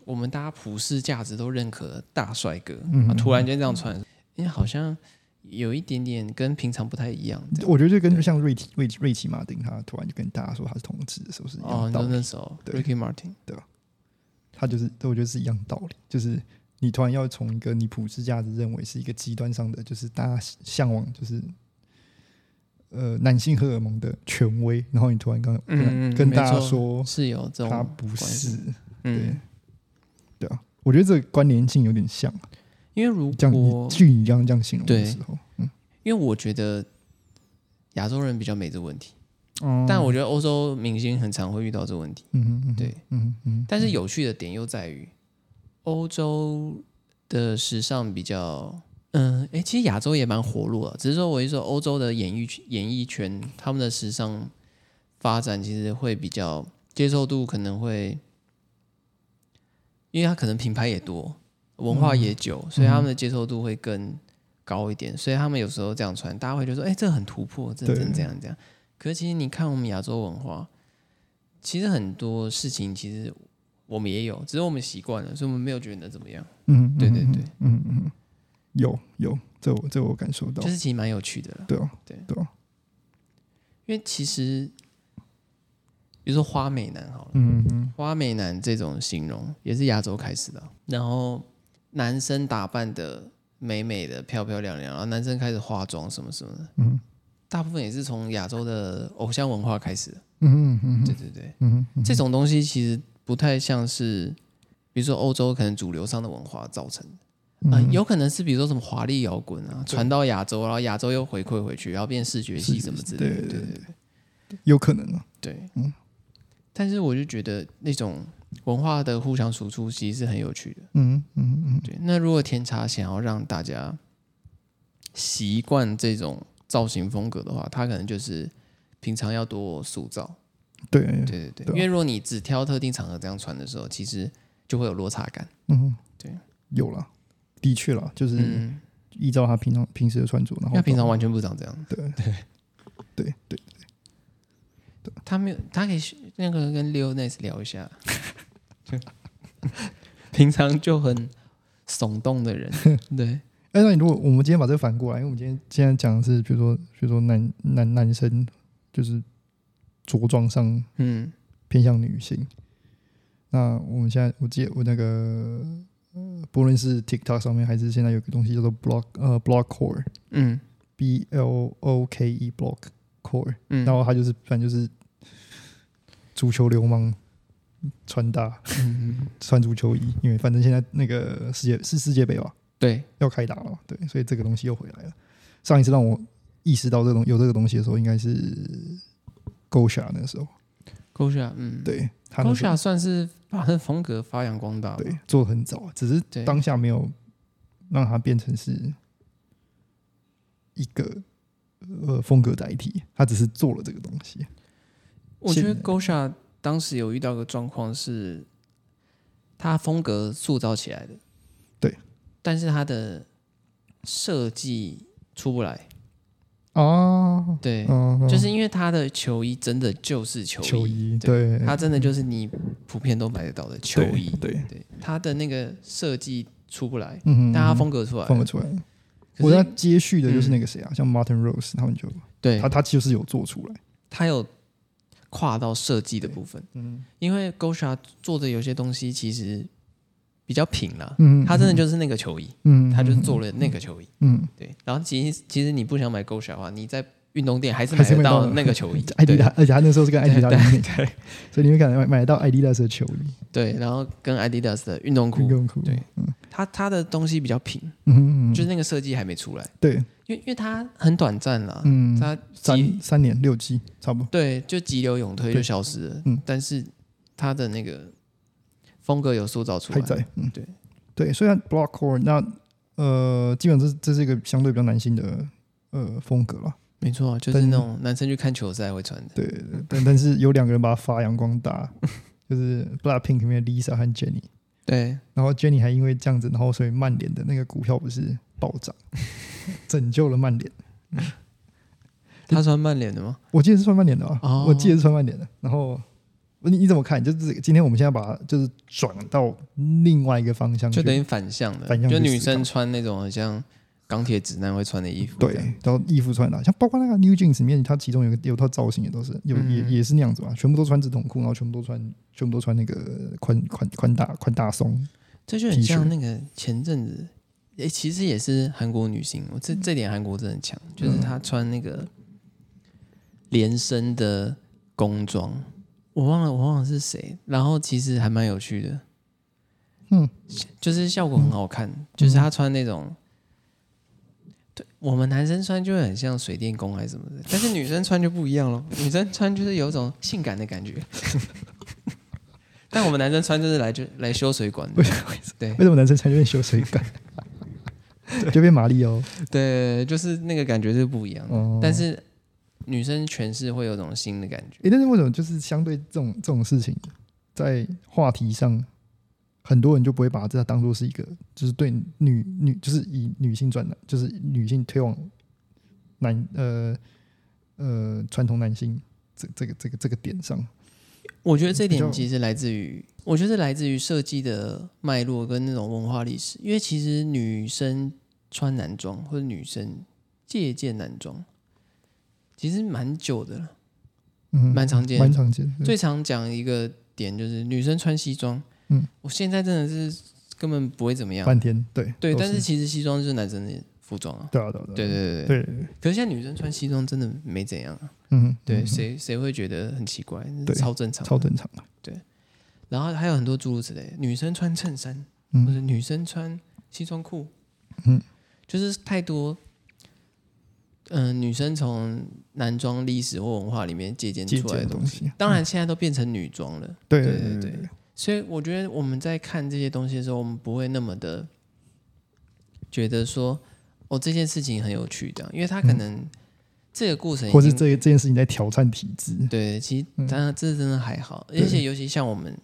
Speaker 2: 我们大家普世价值都认可的大帅哥，
Speaker 1: 嗯
Speaker 2: 啊突然间这样穿，因为好像有一点点跟平常不太一样。这样
Speaker 1: 我觉得就跟就像瑞奇瑞奇瑞奇马丁，他突然就跟大家说他是同志的时候是一样的
Speaker 2: 哦，你
Speaker 1: 道
Speaker 2: 说
Speaker 1: 理，
Speaker 2: 那时候
Speaker 1: 对
Speaker 2: Ricky Martin，
Speaker 1: 他就是我觉得是一样的道理，就是你突然要从一个你普世价值认为是一个极端上的，就是大家向往就是呃男性荷尔蒙的权威，然后你突然跟跟
Speaker 2: 嗯嗯
Speaker 1: 跟大
Speaker 2: 没
Speaker 1: 家
Speaker 2: 错
Speaker 1: 说
Speaker 2: 是有这
Speaker 1: 他
Speaker 2: 种，
Speaker 1: 不
Speaker 2: 关系
Speaker 1: 是，对
Speaker 2: 嗯，
Speaker 1: 对啊，我觉得这个关联性有点像，
Speaker 2: 因为如
Speaker 1: 这样
Speaker 2: 果
Speaker 1: 你据你刚刚这样形容的
Speaker 2: 对
Speaker 1: 时候，嗯，
Speaker 2: 因为我觉得亚洲人比较没这问题，
Speaker 1: 哦
Speaker 2: 但我觉得欧洲明星很常会遇到这问题。
Speaker 1: 嗯哼嗯哼
Speaker 2: 对，
Speaker 1: 嗯哼嗯哼，
Speaker 2: 但是有趣的点又在于，欧洲的时尚比较，嗯，诶，其实亚洲也蛮活络的，只是说我一说欧洲的演艺圈演艺圈，他们的时尚发展其实会比较接受度可能会，因为它可能品牌也多，文化
Speaker 1: 嗯
Speaker 2: 也久，所以他们的接受度会更高一点，所以他们有时候这样穿，大家会觉得说，诶，哎这很突破，这
Speaker 1: 对
Speaker 2: 这这样这样。可是其实你看我们亚洲文化，其实很多事情其实我们也有，只是我们习惯了，所以我们没有觉得怎么样。
Speaker 1: 嗯，
Speaker 2: 对
Speaker 1: 嗯
Speaker 2: 对
Speaker 1: 嗯
Speaker 2: 对
Speaker 1: 嗯嗯嗯，有有，这我这我感受到
Speaker 2: 就，是其实蛮有趣的啦。
Speaker 1: 对哦，
Speaker 2: 对
Speaker 1: 对哦，
Speaker 2: 因为其实比如说花美男好了，
Speaker 1: 嗯嗯
Speaker 2: 花美男这种形容也是亚洲开始的啊。然后男生打扮的美美的、漂漂亮亮，然后男生开始化妆什么什么的，
Speaker 1: 嗯
Speaker 2: 大部分也是从亚洲的偶像文化开始的。
Speaker 1: 嗯嗯嗯
Speaker 2: 对对对，
Speaker 1: 嗯嗯，
Speaker 2: 这种东西其实不太像是，比如说欧洲可能主流上的文化造成的。嗯、
Speaker 1: 嗯
Speaker 2: 有可能是比如说什么华丽摇滚啊，传到亚洲，然后亚洲又回馈回去，然后变视觉
Speaker 1: 视
Speaker 2: 系
Speaker 1: 觉
Speaker 2: 什么
Speaker 1: 系
Speaker 2: 之类的。
Speaker 1: 对
Speaker 2: 对
Speaker 1: 对
Speaker 2: 对
Speaker 1: 有可能啊，
Speaker 2: 对，
Speaker 1: 嗯
Speaker 2: 但是我就觉得那种文化的互相输出其实是很有趣的。
Speaker 1: 嗯嗯嗯
Speaker 2: 对，那如果天茶想要让大家习惯这种造型风格的话，他可能就是平常要多塑造。
Speaker 1: 嗯，对，对
Speaker 2: 对对对，
Speaker 1: 对啊
Speaker 2: 因为如果你只挑特定场合这样穿的时候，其实就会有落差感。
Speaker 1: 嗯，
Speaker 2: 对，
Speaker 1: 有了，的确啦，就是
Speaker 2: 嗯，
Speaker 1: 依照他平常平时的穿着，然后
Speaker 2: 那平常完全不长这样。
Speaker 1: 对对对对，
Speaker 2: 他没有，他可以去那个跟 Lil Nas 聊一下， 就平常就很耸动的人，对，
Speaker 1: 哎，那你如果我们今天把这个反过来，因为我们今天现在讲的是，比如说，比如说男男男生就是着装上
Speaker 2: 嗯，
Speaker 1: 偏向女性，那我们现在我记得我那个，呃不论是 TikTok 上面还是现在有个东西叫做 block 呃 blockcore
Speaker 2: 嗯
Speaker 1: B L O K E block core，
Speaker 2: 嗯，
Speaker 1: 然后他就是反正就是足球流氓穿搭
Speaker 2: 嗯嗯
Speaker 1: 穿足球衣，因为反正现在那个世界是世界杯吧，
Speaker 2: 对，
Speaker 1: 要开打了嘛，对，所以这个东西又回来了。上一次让我意识到这种有这个东西的时候，应该是 Gosha 那时候，
Speaker 2: 勾下，嗯，
Speaker 1: 对他
Speaker 2: 勾
Speaker 1: 那时候
Speaker 2: 下算是把他的风格发扬光大吧，
Speaker 1: 对做的很早，只是
Speaker 2: 对，
Speaker 1: 当下没有让它变成是一个呃风格载体，他只是做了这个东西。
Speaker 2: 我觉得
Speaker 1: 现在
Speaker 2: Gosha 当时有遇到个状况是，他风格塑造起来的，
Speaker 1: 对，
Speaker 2: 但是他的设计出不来，
Speaker 1: 哦，
Speaker 2: 对，
Speaker 1: 嗯，
Speaker 2: 就是因为他的球衣真的就是球衣，
Speaker 1: 球衣，
Speaker 2: 对
Speaker 1: 对，
Speaker 2: 它真的就是你普遍都买得到的球
Speaker 1: 对
Speaker 2: 衣，
Speaker 1: 对，
Speaker 2: 对，它的那个设计出不来，
Speaker 1: 嗯，
Speaker 2: 但它风格出来
Speaker 1: 放
Speaker 2: 了，
Speaker 1: 不出来。
Speaker 2: 可
Speaker 1: 我要
Speaker 2: 是嗯
Speaker 1: 接续的就是那个谁啊，像 Martin Rose 他们就
Speaker 2: 对
Speaker 1: 他他就是有做出来，
Speaker 2: 它有跨到设计的部分，
Speaker 1: 嗯
Speaker 2: 因为 Gosha 做的有些东西其实比较平啦，
Speaker 1: 嗯，
Speaker 2: 它真的就是那个球衣。
Speaker 1: 嗯，
Speaker 2: 他就是做了那个球衣，
Speaker 1: 嗯，
Speaker 2: 对。然后其实其实你不想买 Gosha 的话，你在运动店还是
Speaker 1: 还
Speaker 2: 买
Speaker 1: 是
Speaker 2: 得
Speaker 1: 买到
Speaker 2: 到那
Speaker 1: ，
Speaker 2: 个球衣
Speaker 1: 艾迪
Speaker 2: 对
Speaker 1: 达，而且他那时候是跟艾迪达联名，
Speaker 2: 对
Speaker 1: 所以你会感觉买买得到艾迪达斯的球衣、
Speaker 2: 对。然后跟 Adidas 的运动
Speaker 1: 运
Speaker 2: 裤，
Speaker 1: 动裤，
Speaker 2: 对
Speaker 1: 嗯，
Speaker 2: 它它的东西比较平，
Speaker 1: 嗯嗯，
Speaker 2: 就是那啊个设计还没出来，
Speaker 1: 对，
Speaker 2: 因为因为它很短暂啦，
Speaker 1: 嗯，
Speaker 2: 它急
Speaker 1: 三三年六季差不多，
Speaker 2: 对就急流勇退
Speaker 1: 对
Speaker 2: 就消失了
Speaker 1: 嗯，
Speaker 2: 但是它的那个风格有塑造出
Speaker 1: 还
Speaker 2: 来，
Speaker 1: 在，嗯，
Speaker 2: 对
Speaker 1: 对，虽然 block core 那呃，基本上这这是一个相对比较男性的呃风格了，
Speaker 2: 没错，啊就是那种男生去看球赛会穿的，
Speaker 1: 对，对对但但是有两个人把它发扬光大， 就是 Blackpink 里面的 Lisa 和 Jennie。
Speaker 2: 对
Speaker 1: 然后 Jenny 还因为这样子，然后所以曼联的那个股票不是暴涨， 拯救了曼联。
Speaker 2: 他穿曼联的吗？
Speaker 1: 我记得是穿曼联的啊，
Speaker 2: 哦
Speaker 1: 我记得是穿曼联的。然后你你怎么看？就是今天我们现在把它就是转到另外一个方向去，
Speaker 2: 就等于反向的，
Speaker 1: 反向去
Speaker 2: 就
Speaker 1: 思考
Speaker 2: 女生穿那种很像钢铁直男会穿的衣服，
Speaker 1: 对
Speaker 2: 这样，
Speaker 1: 然后衣服穿的，像包括那个 New Jeans 里面，它其中有个有套造型也都是有、也
Speaker 2: 嗯
Speaker 1: 也是那样子嘛，全部都穿直筒裤，然后全部都穿全部都穿那个宽宽宽大宽大松，
Speaker 2: 这就很像
Speaker 1: T
Speaker 2: 那个前阵子，诶、其实也是韩国女星，我这
Speaker 1: 嗯
Speaker 2: 这点韩国真的很强，就是她穿那个连身的工装，我忘了我忘了是谁，然后其实还蛮有趣的，
Speaker 1: 嗯，
Speaker 2: 就是效果很好看，就是她穿那种。
Speaker 1: 嗯
Speaker 2: 对我们男生穿就会很像水电工还是什么的，但是女生穿就不一样了。女生穿就是有一种性感的感觉，但我们男生穿就是来就来修水管的。对
Speaker 1: 为什么男生穿有点羞耻 感？就变马里奥，
Speaker 2: 对，就是那个感觉是不一样的。
Speaker 1: 哦
Speaker 2: 但是女生诠释会有种新的感觉。
Speaker 1: 诶，但是为什么就是相对这种这种事情，在话题上，很多人就不会把这当做是一个，就是对女女就是以女性转男，就是女性推往男呃呃传统男性这这个这个这个点上，
Speaker 2: 我觉得这
Speaker 1: 比
Speaker 2: 点
Speaker 1: 较
Speaker 2: 其实来自于，我觉得来自于设计的脉络跟那种文化历史。因为其实女生穿男装或者女生借鉴男装，其实蛮久的了，
Speaker 1: 嗯，
Speaker 2: 蛮常见的
Speaker 1: 蛮常见的。
Speaker 2: 最常讲一个点就是女生穿西装，
Speaker 1: 嗯，
Speaker 2: 我现在真的是根本不会怎么样。
Speaker 1: 半天，对
Speaker 2: 对，
Speaker 1: 都
Speaker 2: 但是
Speaker 1: 是
Speaker 2: 其实西装就是男生的服装啊。
Speaker 1: 对啊对啊
Speaker 2: 对
Speaker 1: 啊
Speaker 2: 对对对。
Speaker 1: 对对，
Speaker 2: 可是现在女生穿西装真的没怎样啊，
Speaker 1: 嗯，
Speaker 2: 对，
Speaker 1: 嗯
Speaker 2: 谁谁会觉得很奇怪？
Speaker 1: 对
Speaker 2: 超正常的。
Speaker 1: 超正常的，
Speaker 2: 然后还有很多诸如此类，女生穿衬衫，
Speaker 1: 嗯
Speaker 2: 或者女生穿西装裤，
Speaker 1: 嗯，
Speaker 2: 就是太多。嗯、女生从男装历史或文化里面借鉴
Speaker 1: 借
Speaker 2: 出来
Speaker 1: 鉴
Speaker 2: 的
Speaker 1: 的
Speaker 2: 东
Speaker 1: 东
Speaker 2: 西，
Speaker 1: 西，嗯
Speaker 2: 当然现在都变成女装了。
Speaker 1: 对
Speaker 2: 对
Speaker 1: 对
Speaker 2: 对，所以我觉得我们在看这些东西的时候，我们不会那么的觉得说，哦，这件事情很有趣的，因为它可能这个过程已
Speaker 1: 嗯或是
Speaker 2: 经
Speaker 1: 这这件事情在挑战体制，
Speaker 2: 对，其实
Speaker 1: 嗯
Speaker 2: 当然这真的还好，而
Speaker 1: 对
Speaker 2: 且尤其像我们，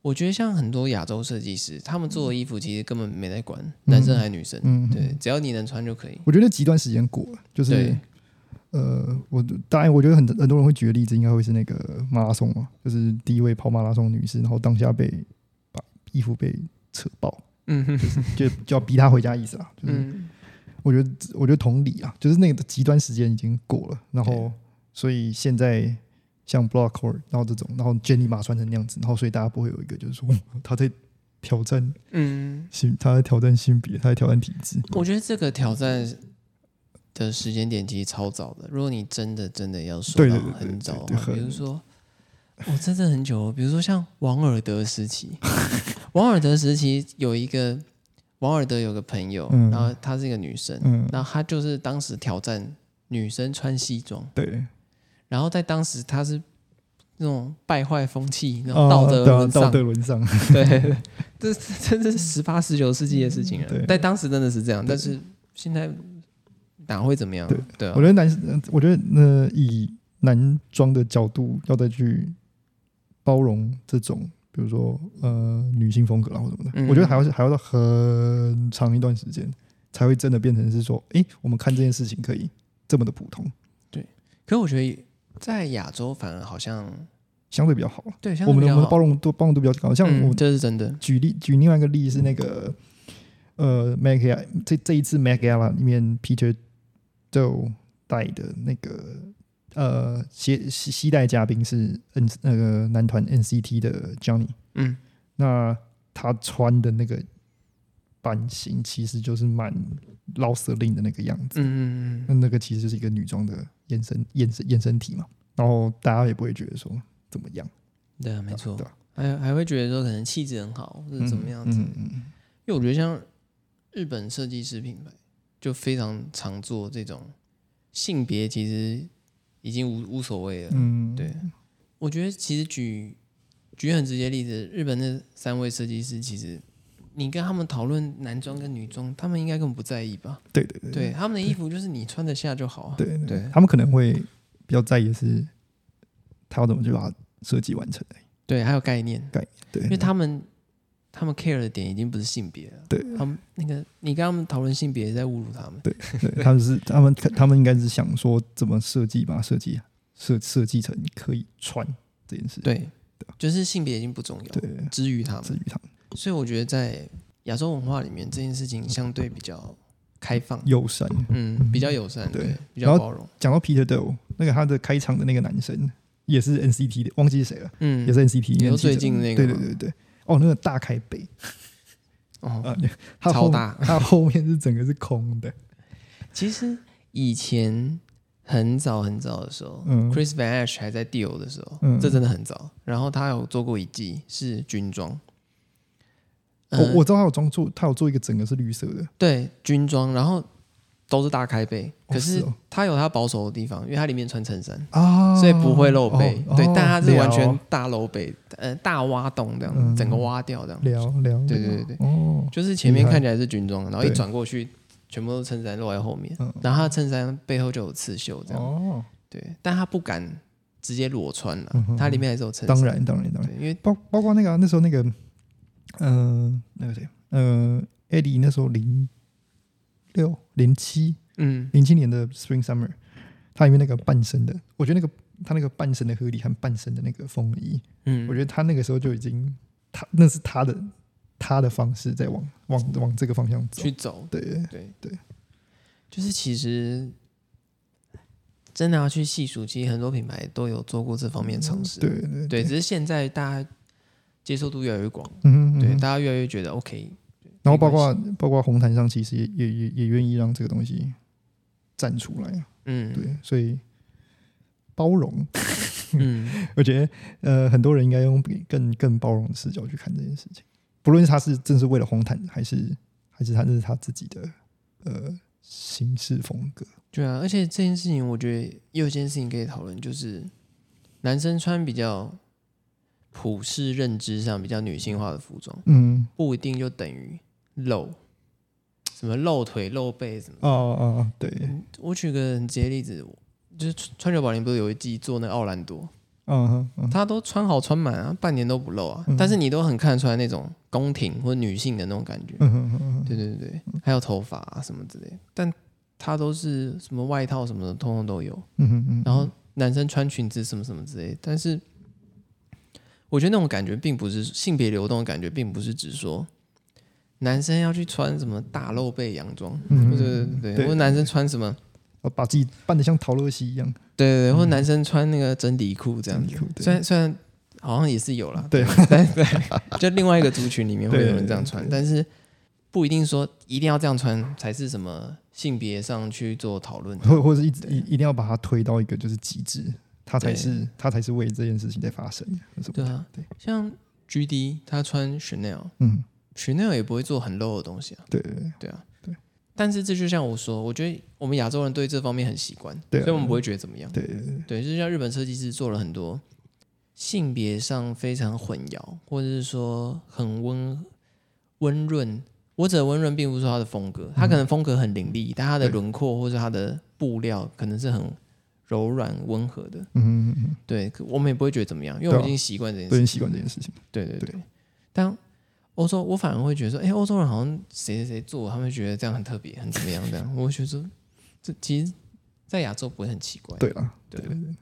Speaker 2: 我觉得像很多亚洲设计师，他们做的衣服其实根本没在管男生还是女生，
Speaker 1: 嗯，
Speaker 2: 对，只要你能穿就可以。
Speaker 1: 我觉得极端时间过了，就是
Speaker 2: 对
Speaker 1: 呃，我当然我觉得很很多人会举的例子，应该会是那个马拉松嘛，就是第一位跑马拉松的女士，然后当下被把衣服被扯爆，
Speaker 2: 嗯哼，
Speaker 1: 就就要逼他回家意思啦。就是
Speaker 2: 嗯，
Speaker 1: 我觉得我觉得同理啊，就是那个极端时间已经过了，然后所以现在像 Block Court，然后这种，然后 Jenny 马穿成那样子，然后所以大家不会有一个就是说 哦他在挑战
Speaker 2: 嗯，
Speaker 1: 性，他在挑战性别，他在挑战体制。
Speaker 2: 我觉得这个挑战的时间点其实超早的。如果你真的真的要说
Speaker 1: 对
Speaker 2: 到
Speaker 1: 对对对
Speaker 2: 很早
Speaker 1: 对
Speaker 2: 的
Speaker 1: 对
Speaker 2: 话，
Speaker 1: 很
Speaker 2: 比如说，我真的很久哦，比如说像王尔德 时期，王尔德时期有一个王尔德有个朋友，
Speaker 1: 嗯
Speaker 2: 然后她是一个女生，
Speaker 1: 嗯，
Speaker 2: 然后她就是当时挑战女生穿西装，
Speaker 1: 对，
Speaker 2: 然后在当时她是。那种败坏风气，那
Speaker 1: 啊
Speaker 2: 种道德
Speaker 1: 对啊
Speaker 2: 沦
Speaker 1: 道
Speaker 2: 丧，
Speaker 1: 德沦丧，
Speaker 2: 对，这这这是十八十九世纪的事情了
Speaker 1: 对，
Speaker 2: 在当时真的是这样，但是现在哪会怎么样
Speaker 1: 对？
Speaker 2: 对啊
Speaker 1: 我觉，得男，我觉得呃，以男装的角度，要再去包容这种，比如说呃女性风格啦或什么的，
Speaker 2: 嗯
Speaker 1: 我觉得还要还要到很长一段时间，才会真的变成是说，诶，我们看这件事情可以这么的普通，
Speaker 2: 可是我觉得在亚洲反而好像
Speaker 1: 相对比较好了。
Speaker 2: 对，相
Speaker 1: 我
Speaker 2: 对
Speaker 1: 们
Speaker 2: 比
Speaker 1: 的
Speaker 2: 较
Speaker 1: 我们的包
Speaker 2: 好
Speaker 1: 容度包容度比较高，像
Speaker 2: 嗯
Speaker 1: 我
Speaker 2: 这是真的，
Speaker 1: 举例举另外一个例是那个呃 m a g a l 这这一次 m a g a l a 里面 Peter 就带的那个呃携携携带嘉宾是 N 那个男团 NCT 的 Johnny，
Speaker 2: 嗯
Speaker 1: 那他穿的那个版型其实就是蛮老舍令的那个样子，
Speaker 2: 嗯嗯
Speaker 1: 那那个其实就是一个女装的延伸延伸延伸体嘛，然后大家也不会觉得说怎么样，
Speaker 2: 嗯，对啊，没错
Speaker 1: 对，吧？
Speaker 2: 还还会觉得说可能气质很好，或者怎么样子，
Speaker 1: 嗯嗯嗯
Speaker 2: 因为我觉得像日本设计师品牌就非常常做这种性别，其实已经无无所谓了，
Speaker 1: 嗯，
Speaker 2: 对，我觉得其实举举很直接例子，日本那三位设计师，其实你跟他们讨论男装跟女装，他们应该根本不在意吧？
Speaker 1: 对对对
Speaker 2: 对，他们的衣服就是你穿得下就好啊。
Speaker 1: 对
Speaker 2: 对
Speaker 1: 他们可能会比较在意的是他要怎么去把它设计完成。
Speaker 2: 对，还有概念，
Speaker 1: 对，
Speaker 2: 因为他们他们 care 的点已经不是性别了，
Speaker 1: 对
Speaker 2: 他们那个你跟他们讨论性别在侮辱他们。
Speaker 1: 对他们是他们他们应该是想说怎么设计把它设计设设计成可以穿这件事。
Speaker 2: 对，就是性别已经不重要，
Speaker 1: 对，
Speaker 2: 之于他
Speaker 1: 至
Speaker 2: 们。
Speaker 1: 于他们
Speaker 2: 所以我觉得在亚洲文化里面，这件事情相对比较开放，
Speaker 1: 友善。
Speaker 2: 嗯，比较友善，
Speaker 1: 对
Speaker 2: 对，比
Speaker 1: 然
Speaker 2: 较
Speaker 1: 后
Speaker 2: 包容，
Speaker 1: 讲到 Peter d o e 那个他的开场的那个男生也是 NCT 的，忘记是谁了，
Speaker 2: 嗯
Speaker 1: 也，是 NCT 里
Speaker 2: 你说
Speaker 1: 面
Speaker 2: 最
Speaker 1: 记者
Speaker 2: 近那个
Speaker 1: 对
Speaker 2: 吗
Speaker 1: 对对对，哦，那个大开背，
Speaker 2: 哦，
Speaker 1: 呃，他后
Speaker 2: 超大
Speaker 1: 他后面是整个是空的，
Speaker 2: 其实以前很早很早的时候、
Speaker 1: 嗯
Speaker 2: c h r i s Van Ash 还在 Deal 的时候，
Speaker 1: 嗯
Speaker 2: 这真的很早。然后他有做过一季是军装，呃
Speaker 1: 哦我我知道他有装做，他有做一个整个是绿色的，
Speaker 2: 对军装，然后都是大开背，
Speaker 1: 哦
Speaker 2: 可是
Speaker 1: 是哦
Speaker 2: 他有他保守的地方，因为他里面穿衬衫，
Speaker 1: 啊，
Speaker 2: 哦所以不会露背。
Speaker 1: 哦
Speaker 2: 对，
Speaker 1: 哦
Speaker 2: 但他是
Speaker 1: 了
Speaker 2: 完全大露背，呃，大挖洞这样，
Speaker 1: 嗯
Speaker 2: 整个挖掉这样。
Speaker 1: 聊聊，
Speaker 2: 对对对对
Speaker 1: 哦，
Speaker 2: 就是前面
Speaker 1: 厉害
Speaker 2: 看起来是军装，然后一
Speaker 1: 对
Speaker 2: 转过去，全部都是衬衫露在后面，
Speaker 1: 嗯
Speaker 2: 然后他的衬衫背后就有刺绣这样。
Speaker 1: 哦，
Speaker 2: 对，但他不敢直接裸穿了、
Speaker 1: 嗯哼
Speaker 2: 他里面还是有衬衫。
Speaker 1: 当，然当然当然，
Speaker 2: 对，因为
Speaker 1: 包包括那个啊、那时候那个，嗯，那个谁，呃，艾迪那时候零六零七
Speaker 2: 嗯，
Speaker 1: 零七年的 Spring Summer，它里面那个半身的，我觉得那个他那个半身的合理和半身的那个风衣，
Speaker 2: 嗯，
Speaker 1: 我觉得他那个时候就已经，他那是他的他的方式在往往往这个方向走
Speaker 2: 去，走，
Speaker 1: 对
Speaker 2: 对
Speaker 1: 对，
Speaker 2: 就是其实真的要去细数，其实很多品牌都有做过这方面的尝试。
Speaker 1: 对对
Speaker 2: 对，只，是现在大家接受度越来越广，
Speaker 1: 嗯嗯嗯
Speaker 2: 对，大家越来越觉得 OK，
Speaker 1: 然后包括包括红毯上，其实也也也也愿意让这个东西站出来啊，
Speaker 2: 嗯，
Speaker 1: 对，所以包容，
Speaker 2: 嗯，
Speaker 1: 我觉得呃很多人应该用比更更包容的视角去看这件事情，不论他是正是为了红毯，还是还是他这是他自己的呃行事风格，
Speaker 2: 对啊。而且这件事情，我觉得也有一件事情可以讨论，就是男生穿比较普世认知上比较女性化的服装。
Speaker 1: 嗯，
Speaker 2: 不一定就等于露，什么露腿、露背什么。嗯
Speaker 1: 哦哦对，
Speaker 2: 我举个很直接的例子，就是川川久保玲不是有一季做那个奥兰多，
Speaker 1: 嗯哼嗯，
Speaker 2: 她都穿好穿满啊，半年都不露啊，
Speaker 1: 嗯
Speaker 2: 但是你都很看得出来那种宫廷或女性的那种感觉。
Speaker 1: 嗯哼嗯哼
Speaker 2: 对对对，还有头发啊什么之类的，但她都是什么外套什么的，通通都有。
Speaker 1: 嗯哼嗯，
Speaker 2: 然后男生穿裙子什么什么之类的，但是我觉得那种感觉并不是性别流动的感觉，并不是只说男生要去穿什么大露背洋装，
Speaker 1: 嗯
Speaker 2: 或者对，
Speaker 1: 对
Speaker 2: 或者男生穿什么，
Speaker 1: 呃把自己扮得像陶乐西一样，
Speaker 2: 对对
Speaker 1: 嗯
Speaker 2: 对，或者男生穿那个真理裤这样子
Speaker 1: 真理裤。对
Speaker 2: 虽然虽然好像也是有啦，
Speaker 1: 对
Speaker 2: 对对，就另外一个族群里面会
Speaker 1: 对
Speaker 2: 有人这样穿，但是不一定说一定要这样穿才是什么性别上去做讨论。
Speaker 1: 或或者一直一一定要把它推到一个就是极致，它才
Speaker 2: 对
Speaker 1: 是它才是为这件事情在发生。什么
Speaker 2: 对啊
Speaker 1: 对，
Speaker 2: 像 G D 他穿 Chanel。
Speaker 1: 嗯，
Speaker 2: Chanel 也不会做很 low 的东西啊，
Speaker 1: 对对对
Speaker 2: 对啊，
Speaker 1: 对。
Speaker 2: 但是这就像我说，我觉得我们亚洲人对这方面很习惯，
Speaker 1: 对啊
Speaker 2: 所以我们不会觉得怎么样。
Speaker 1: 对对对
Speaker 2: 对，就像日本设计师做了很多性别上非常混淆，或者是说很温温润。我指的温润，并不是说他的风格，他可能风格很凌厉，但他的
Speaker 1: 对
Speaker 2: 轮廓或者他的布料可能是很柔软温和的。
Speaker 1: 嗯嗯，嗯嗯
Speaker 2: 对，可我们也不会觉得怎么样，因为我们
Speaker 1: 对啊
Speaker 2: 已经习惯这件
Speaker 1: 都已经
Speaker 2: 事。
Speaker 1: 习惯这件事情。
Speaker 2: 对对
Speaker 1: 对
Speaker 2: 对。但欧洲，我反而会觉得说，哎、欧洲人好像谁谁谁做，他们觉得这样很特别，很怎么样这样。我会觉得说，这其实，在亚洲不会很奇怪。
Speaker 1: 对了，
Speaker 2: 对啊对对，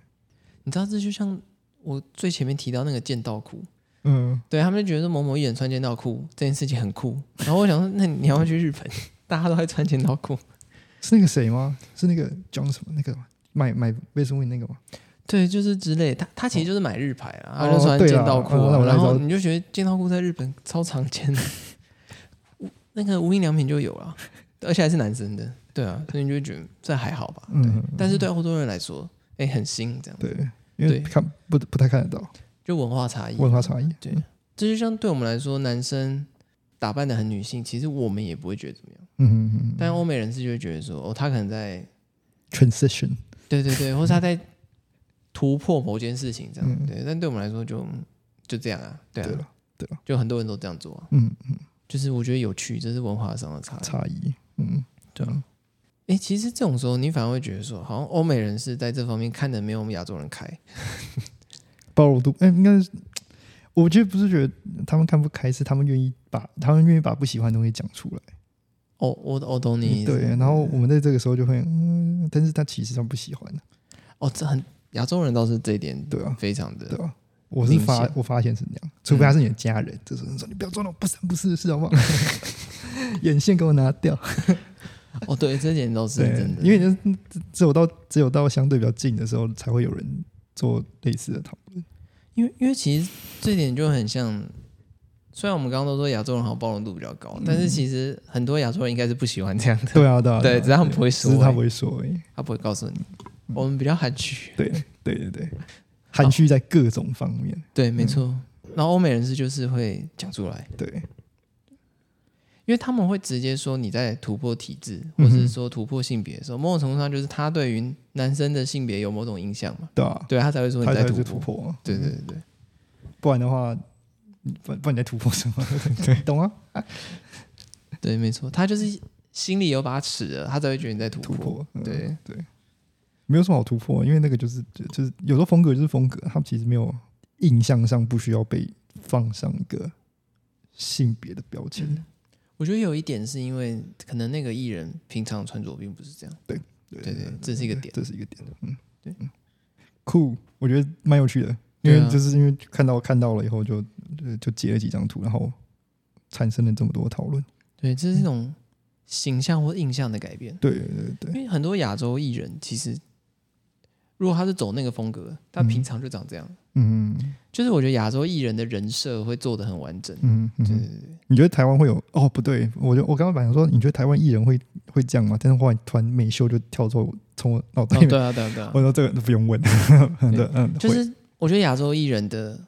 Speaker 2: 你知道这就像我最前面提到那个剑道裤，
Speaker 1: 嗯，
Speaker 2: 对他们就觉得某某艺人穿剑道裤这件事情很酷，然后我想说，那你要不要去日本？大家都在穿剑道裤，
Speaker 1: 是那个谁吗？是那个 John 什么那个吗买买 v e s w i n 那个吗？
Speaker 2: 对，就是之类。他他其实就是买日牌啊，
Speaker 1: 哦
Speaker 2: 他就穿
Speaker 1: 对啦
Speaker 2: 剑道裤、
Speaker 1: 哦那
Speaker 2: 啊，
Speaker 1: 我
Speaker 2: 然后
Speaker 1: 那时候
Speaker 2: 你就觉得剑道裤在日本超常见的，无那个无印良品就有了，而且还是男生的，对啊，所以你就会觉得这还好吧，对。
Speaker 1: 嗯，
Speaker 2: 但是对欧洲人来说，哎、很新这样，
Speaker 1: 对，因为
Speaker 2: 对嗯
Speaker 1: 看不不太看得到
Speaker 2: 就文化差异，
Speaker 1: 文化差异。
Speaker 2: 对这就像对我们来说，男生打扮的很女性，其实我们也不会觉得怎么样。
Speaker 1: 嗯嗯嗯嗯
Speaker 2: 但欧美人士就会觉得说，哦，他可能在，
Speaker 1: ，transition
Speaker 2: 对对对，或是他在突破某件事情这样。
Speaker 1: 嗯
Speaker 2: 对，但对我们来说就嗯就这样啊，对
Speaker 1: 对
Speaker 2: 啊，
Speaker 1: 了，对了，
Speaker 2: 就很多人都这样做啊。
Speaker 1: 嗯嗯，
Speaker 2: 就是我觉得有趣，这是文化上的差异。
Speaker 1: 差异，嗯，
Speaker 2: 对啊
Speaker 1: 嗯
Speaker 2: 哎，其实这种时候，你反而会觉得说，好像欧美人士在这方面看的没有我们亚洲人开。
Speaker 1: 包容度，哎、应该是，我觉得不是觉得他们看不开，是他们愿意把他们愿意把不喜欢的东西讲出来。
Speaker 2: 哦，我我懂你意思。
Speaker 1: 嗯对，然后我们在这个时候就会，嗯，但是他其实上不喜欢的，
Speaker 2: 哦，这很亚洲人倒是这一点
Speaker 1: 对啊，
Speaker 2: 非常的
Speaker 1: 对吧？我是发
Speaker 2: 明显
Speaker 1: 我发现是那样，除非他是你的家人，这时候你说你不要做那种不三不四的事好不好？ 眼线给我拿掉，
Speaker 2: 哦，对，这点倒是
Speaker 1: 对
Speaker 2: 真，的，
Speaker 1: 因为你只只有到只有到相对比较近的时候，才会有人做类似的讨论。
Speaker 2: 因为因为其实这点就很像，虽然我们刚刚都说亚洲人好像包容度比较高，但是
Speaker 1: 嗯
Speaker 2: 其实很多亚洲人应该是不喜欢这样的，
Speaker 1: 对啊，对啊，
Speaker 2: 对
Speaker 1: 啊
Speaker 2: 只是他们不会说
Speaker 1: 只是他
Speaker 2: 而已
Speaker 1: 不会说而已。
Speaker 2: 他不会告诉你。
Speaker 1: 嗯
Speaker 2: 我们比较含蓄，
Speaker 1: 对，对对对，含蓄在各种方面。
Speaker 2: 对，没错。然后欧美人士就是会讲出来，
Speaker 1: 对，
Speaker 2: 因为他们会直接说你在突破体制，
Speaker 1: 嗯
Speaker 2: 或者是说突破性别的时候，某种程度上就是他对于男生的性别有某种影响嘛，
Speaker 1: 对啊，
Speaker 2: 对他才会说你
Speaker 1: 他
Speaker 2: 在
Speaker 1: 才
Speaker 2: 突
Speaker 1: 是
Speaker 2: 破。
Speaker 1: 突破啊。
Speaker 2: 对对对对，
Speaker 1: 不然的话，你不然不然你在突破什么？ 对，懂啊吗？
Speaker 2: 对，没错，他就是心里有把尺了，他才会觉得你在突
Speaker 1: 突破，嗯
Speaker 2: 对
Speaker 1: 对，没有什么好突破，因为那个就是就就是有时候风格就是风格，他们其实没有印象上不需要被放上一个性别的标签。
Speaker 2: 嗯我觉得有一点是因为可能那个艺人平常穿着并不是这样，对对这是一个点
Speaker 1: 这是一个点，嗯，
Speaker 2: 对
Speaker 1: 嗯，酷，我觉得蛮有趣的，因
Speaker 2: 对
Speaker 1: 为
Speaker 2: 啊
Speaker 1: 就是因为看到看到了以后就就就截了几张图，然后产生了这么多讨论。
Speaker 2: 对，这是一种形象或印象的改变。
Speaker 1: 对对对
Speaker 2: 因，为很多亚洲艺人其实，如果他是走那个风格，他平常就长这样。
Speaker 1: 嗯
Speaker 2: 就是我觉得亚洲艺人的人设会做的很完整。
Speaker 1: 嗯
Speaker 2: 对
Speaker 1: 嗯，
Speaker 2: 对对，
Speaker 1: 你觉得台湾会有？哦，不对，我就我刚刚本来想说，你觉得台湾艺人会会这样吗？但是后来突然美秀就跳出我从我脑袋里 面，
Speaker 2: 哦对啊对啊对啊
Speaker 1: 我，说这个都不用问， 对，嗯，
Speaker 2: 就是我觉得亚洲艺人的，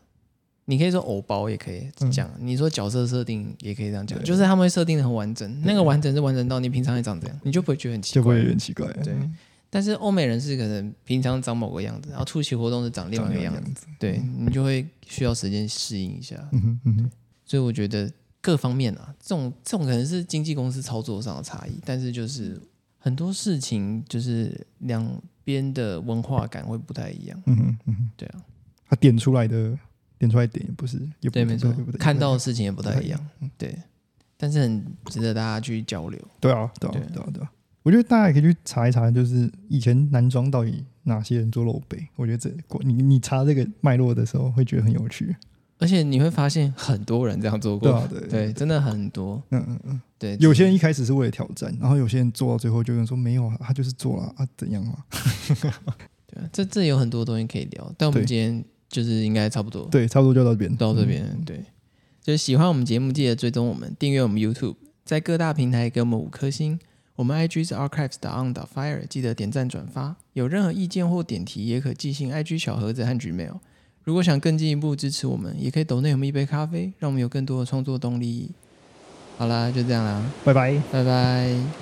Speaker 2: 你可以说偶包也可以讲，你说角色设定也可以这样讲，
Speaker 1: 对
Speaker 2: 就是他们会设定的很完整，那个完整是完整到你平常也长这样，你就不会觉得很奇
Speaker 1: 就会
Speaker 2: 怪
Speaker 1: 有。点奇怪，
Speaker 2: 对
Speaker 1: 嗯
Speaker 2: 但是欧美人是可能平常长某个样子，然后出席活动是长另外一个样子，嗯
Speaker 1: 子，
Speaker 2: 对你就会需要时间适应一下。
Speaker 1: 嗯哼嗯哼，
Speaker 2: 所以我觉得各方面啊，这种这种可能是经纪公司操作上的差异，但是就是很多事情就是两边的文化感会不太一样。
Speaker 1: 嗯哼嗯哼，
Speaker 2: 对啊，
Speaker 1: 他点出来的点出来的点也不是，也不
Speaker 2: 对，没错
Speaker 1: 也不对，
Speaker 2: 看到的事情也不太一样
Speaker 1: 嗯。
Speaker 2: 对，但是很值得大家去交流。
Speaker 1: 对啊，对啊，
Speaker 2: 对
Speaker 1: 对啊，对啊。我觉得大家也可以去查一查，就是以前男装到底哪些人做露背。我觉得这你你查这个脉络的时候，会觉得很有趣。
Speaker 2: 而且你会发现很多人这样做
Speaker 1: 对
Speaker 2: 过，
Speaker 1: 啊，对，
Speaker 2: 对，真的很多，
Speaker 1: 嗯嗯嗯，
Speaker 2: 对，
Speaker 1: 有些人一开始是为了挑战，然后有些人做到最后就有人说没有啊，他就是做了啊，怎样啊？
Speaker 2: 对啊这这有很多东西可以聊，但我们
Speaker 1: 对
Speaker 2: 今天就是应该差不多
Speaker 1: 对，差不多就到这边，嗯
Speaker 2: 到这边，对，就是喜欢我们节目，记得追踪我们，订阅我们 YouTube，在各大平台给我们五颗星。我们 IG 是 archives on fire，记得点赞转发。有任何意见或点题，也可寄信 IG 小盒子和 Gmail。如果想更进一步支持我们，也可以抖内我们一杯咖啡，让我们有更多的创作动力。好啦，就这样啦，
Speaker 1: 拜拜。
Speaker 2: 拜拜。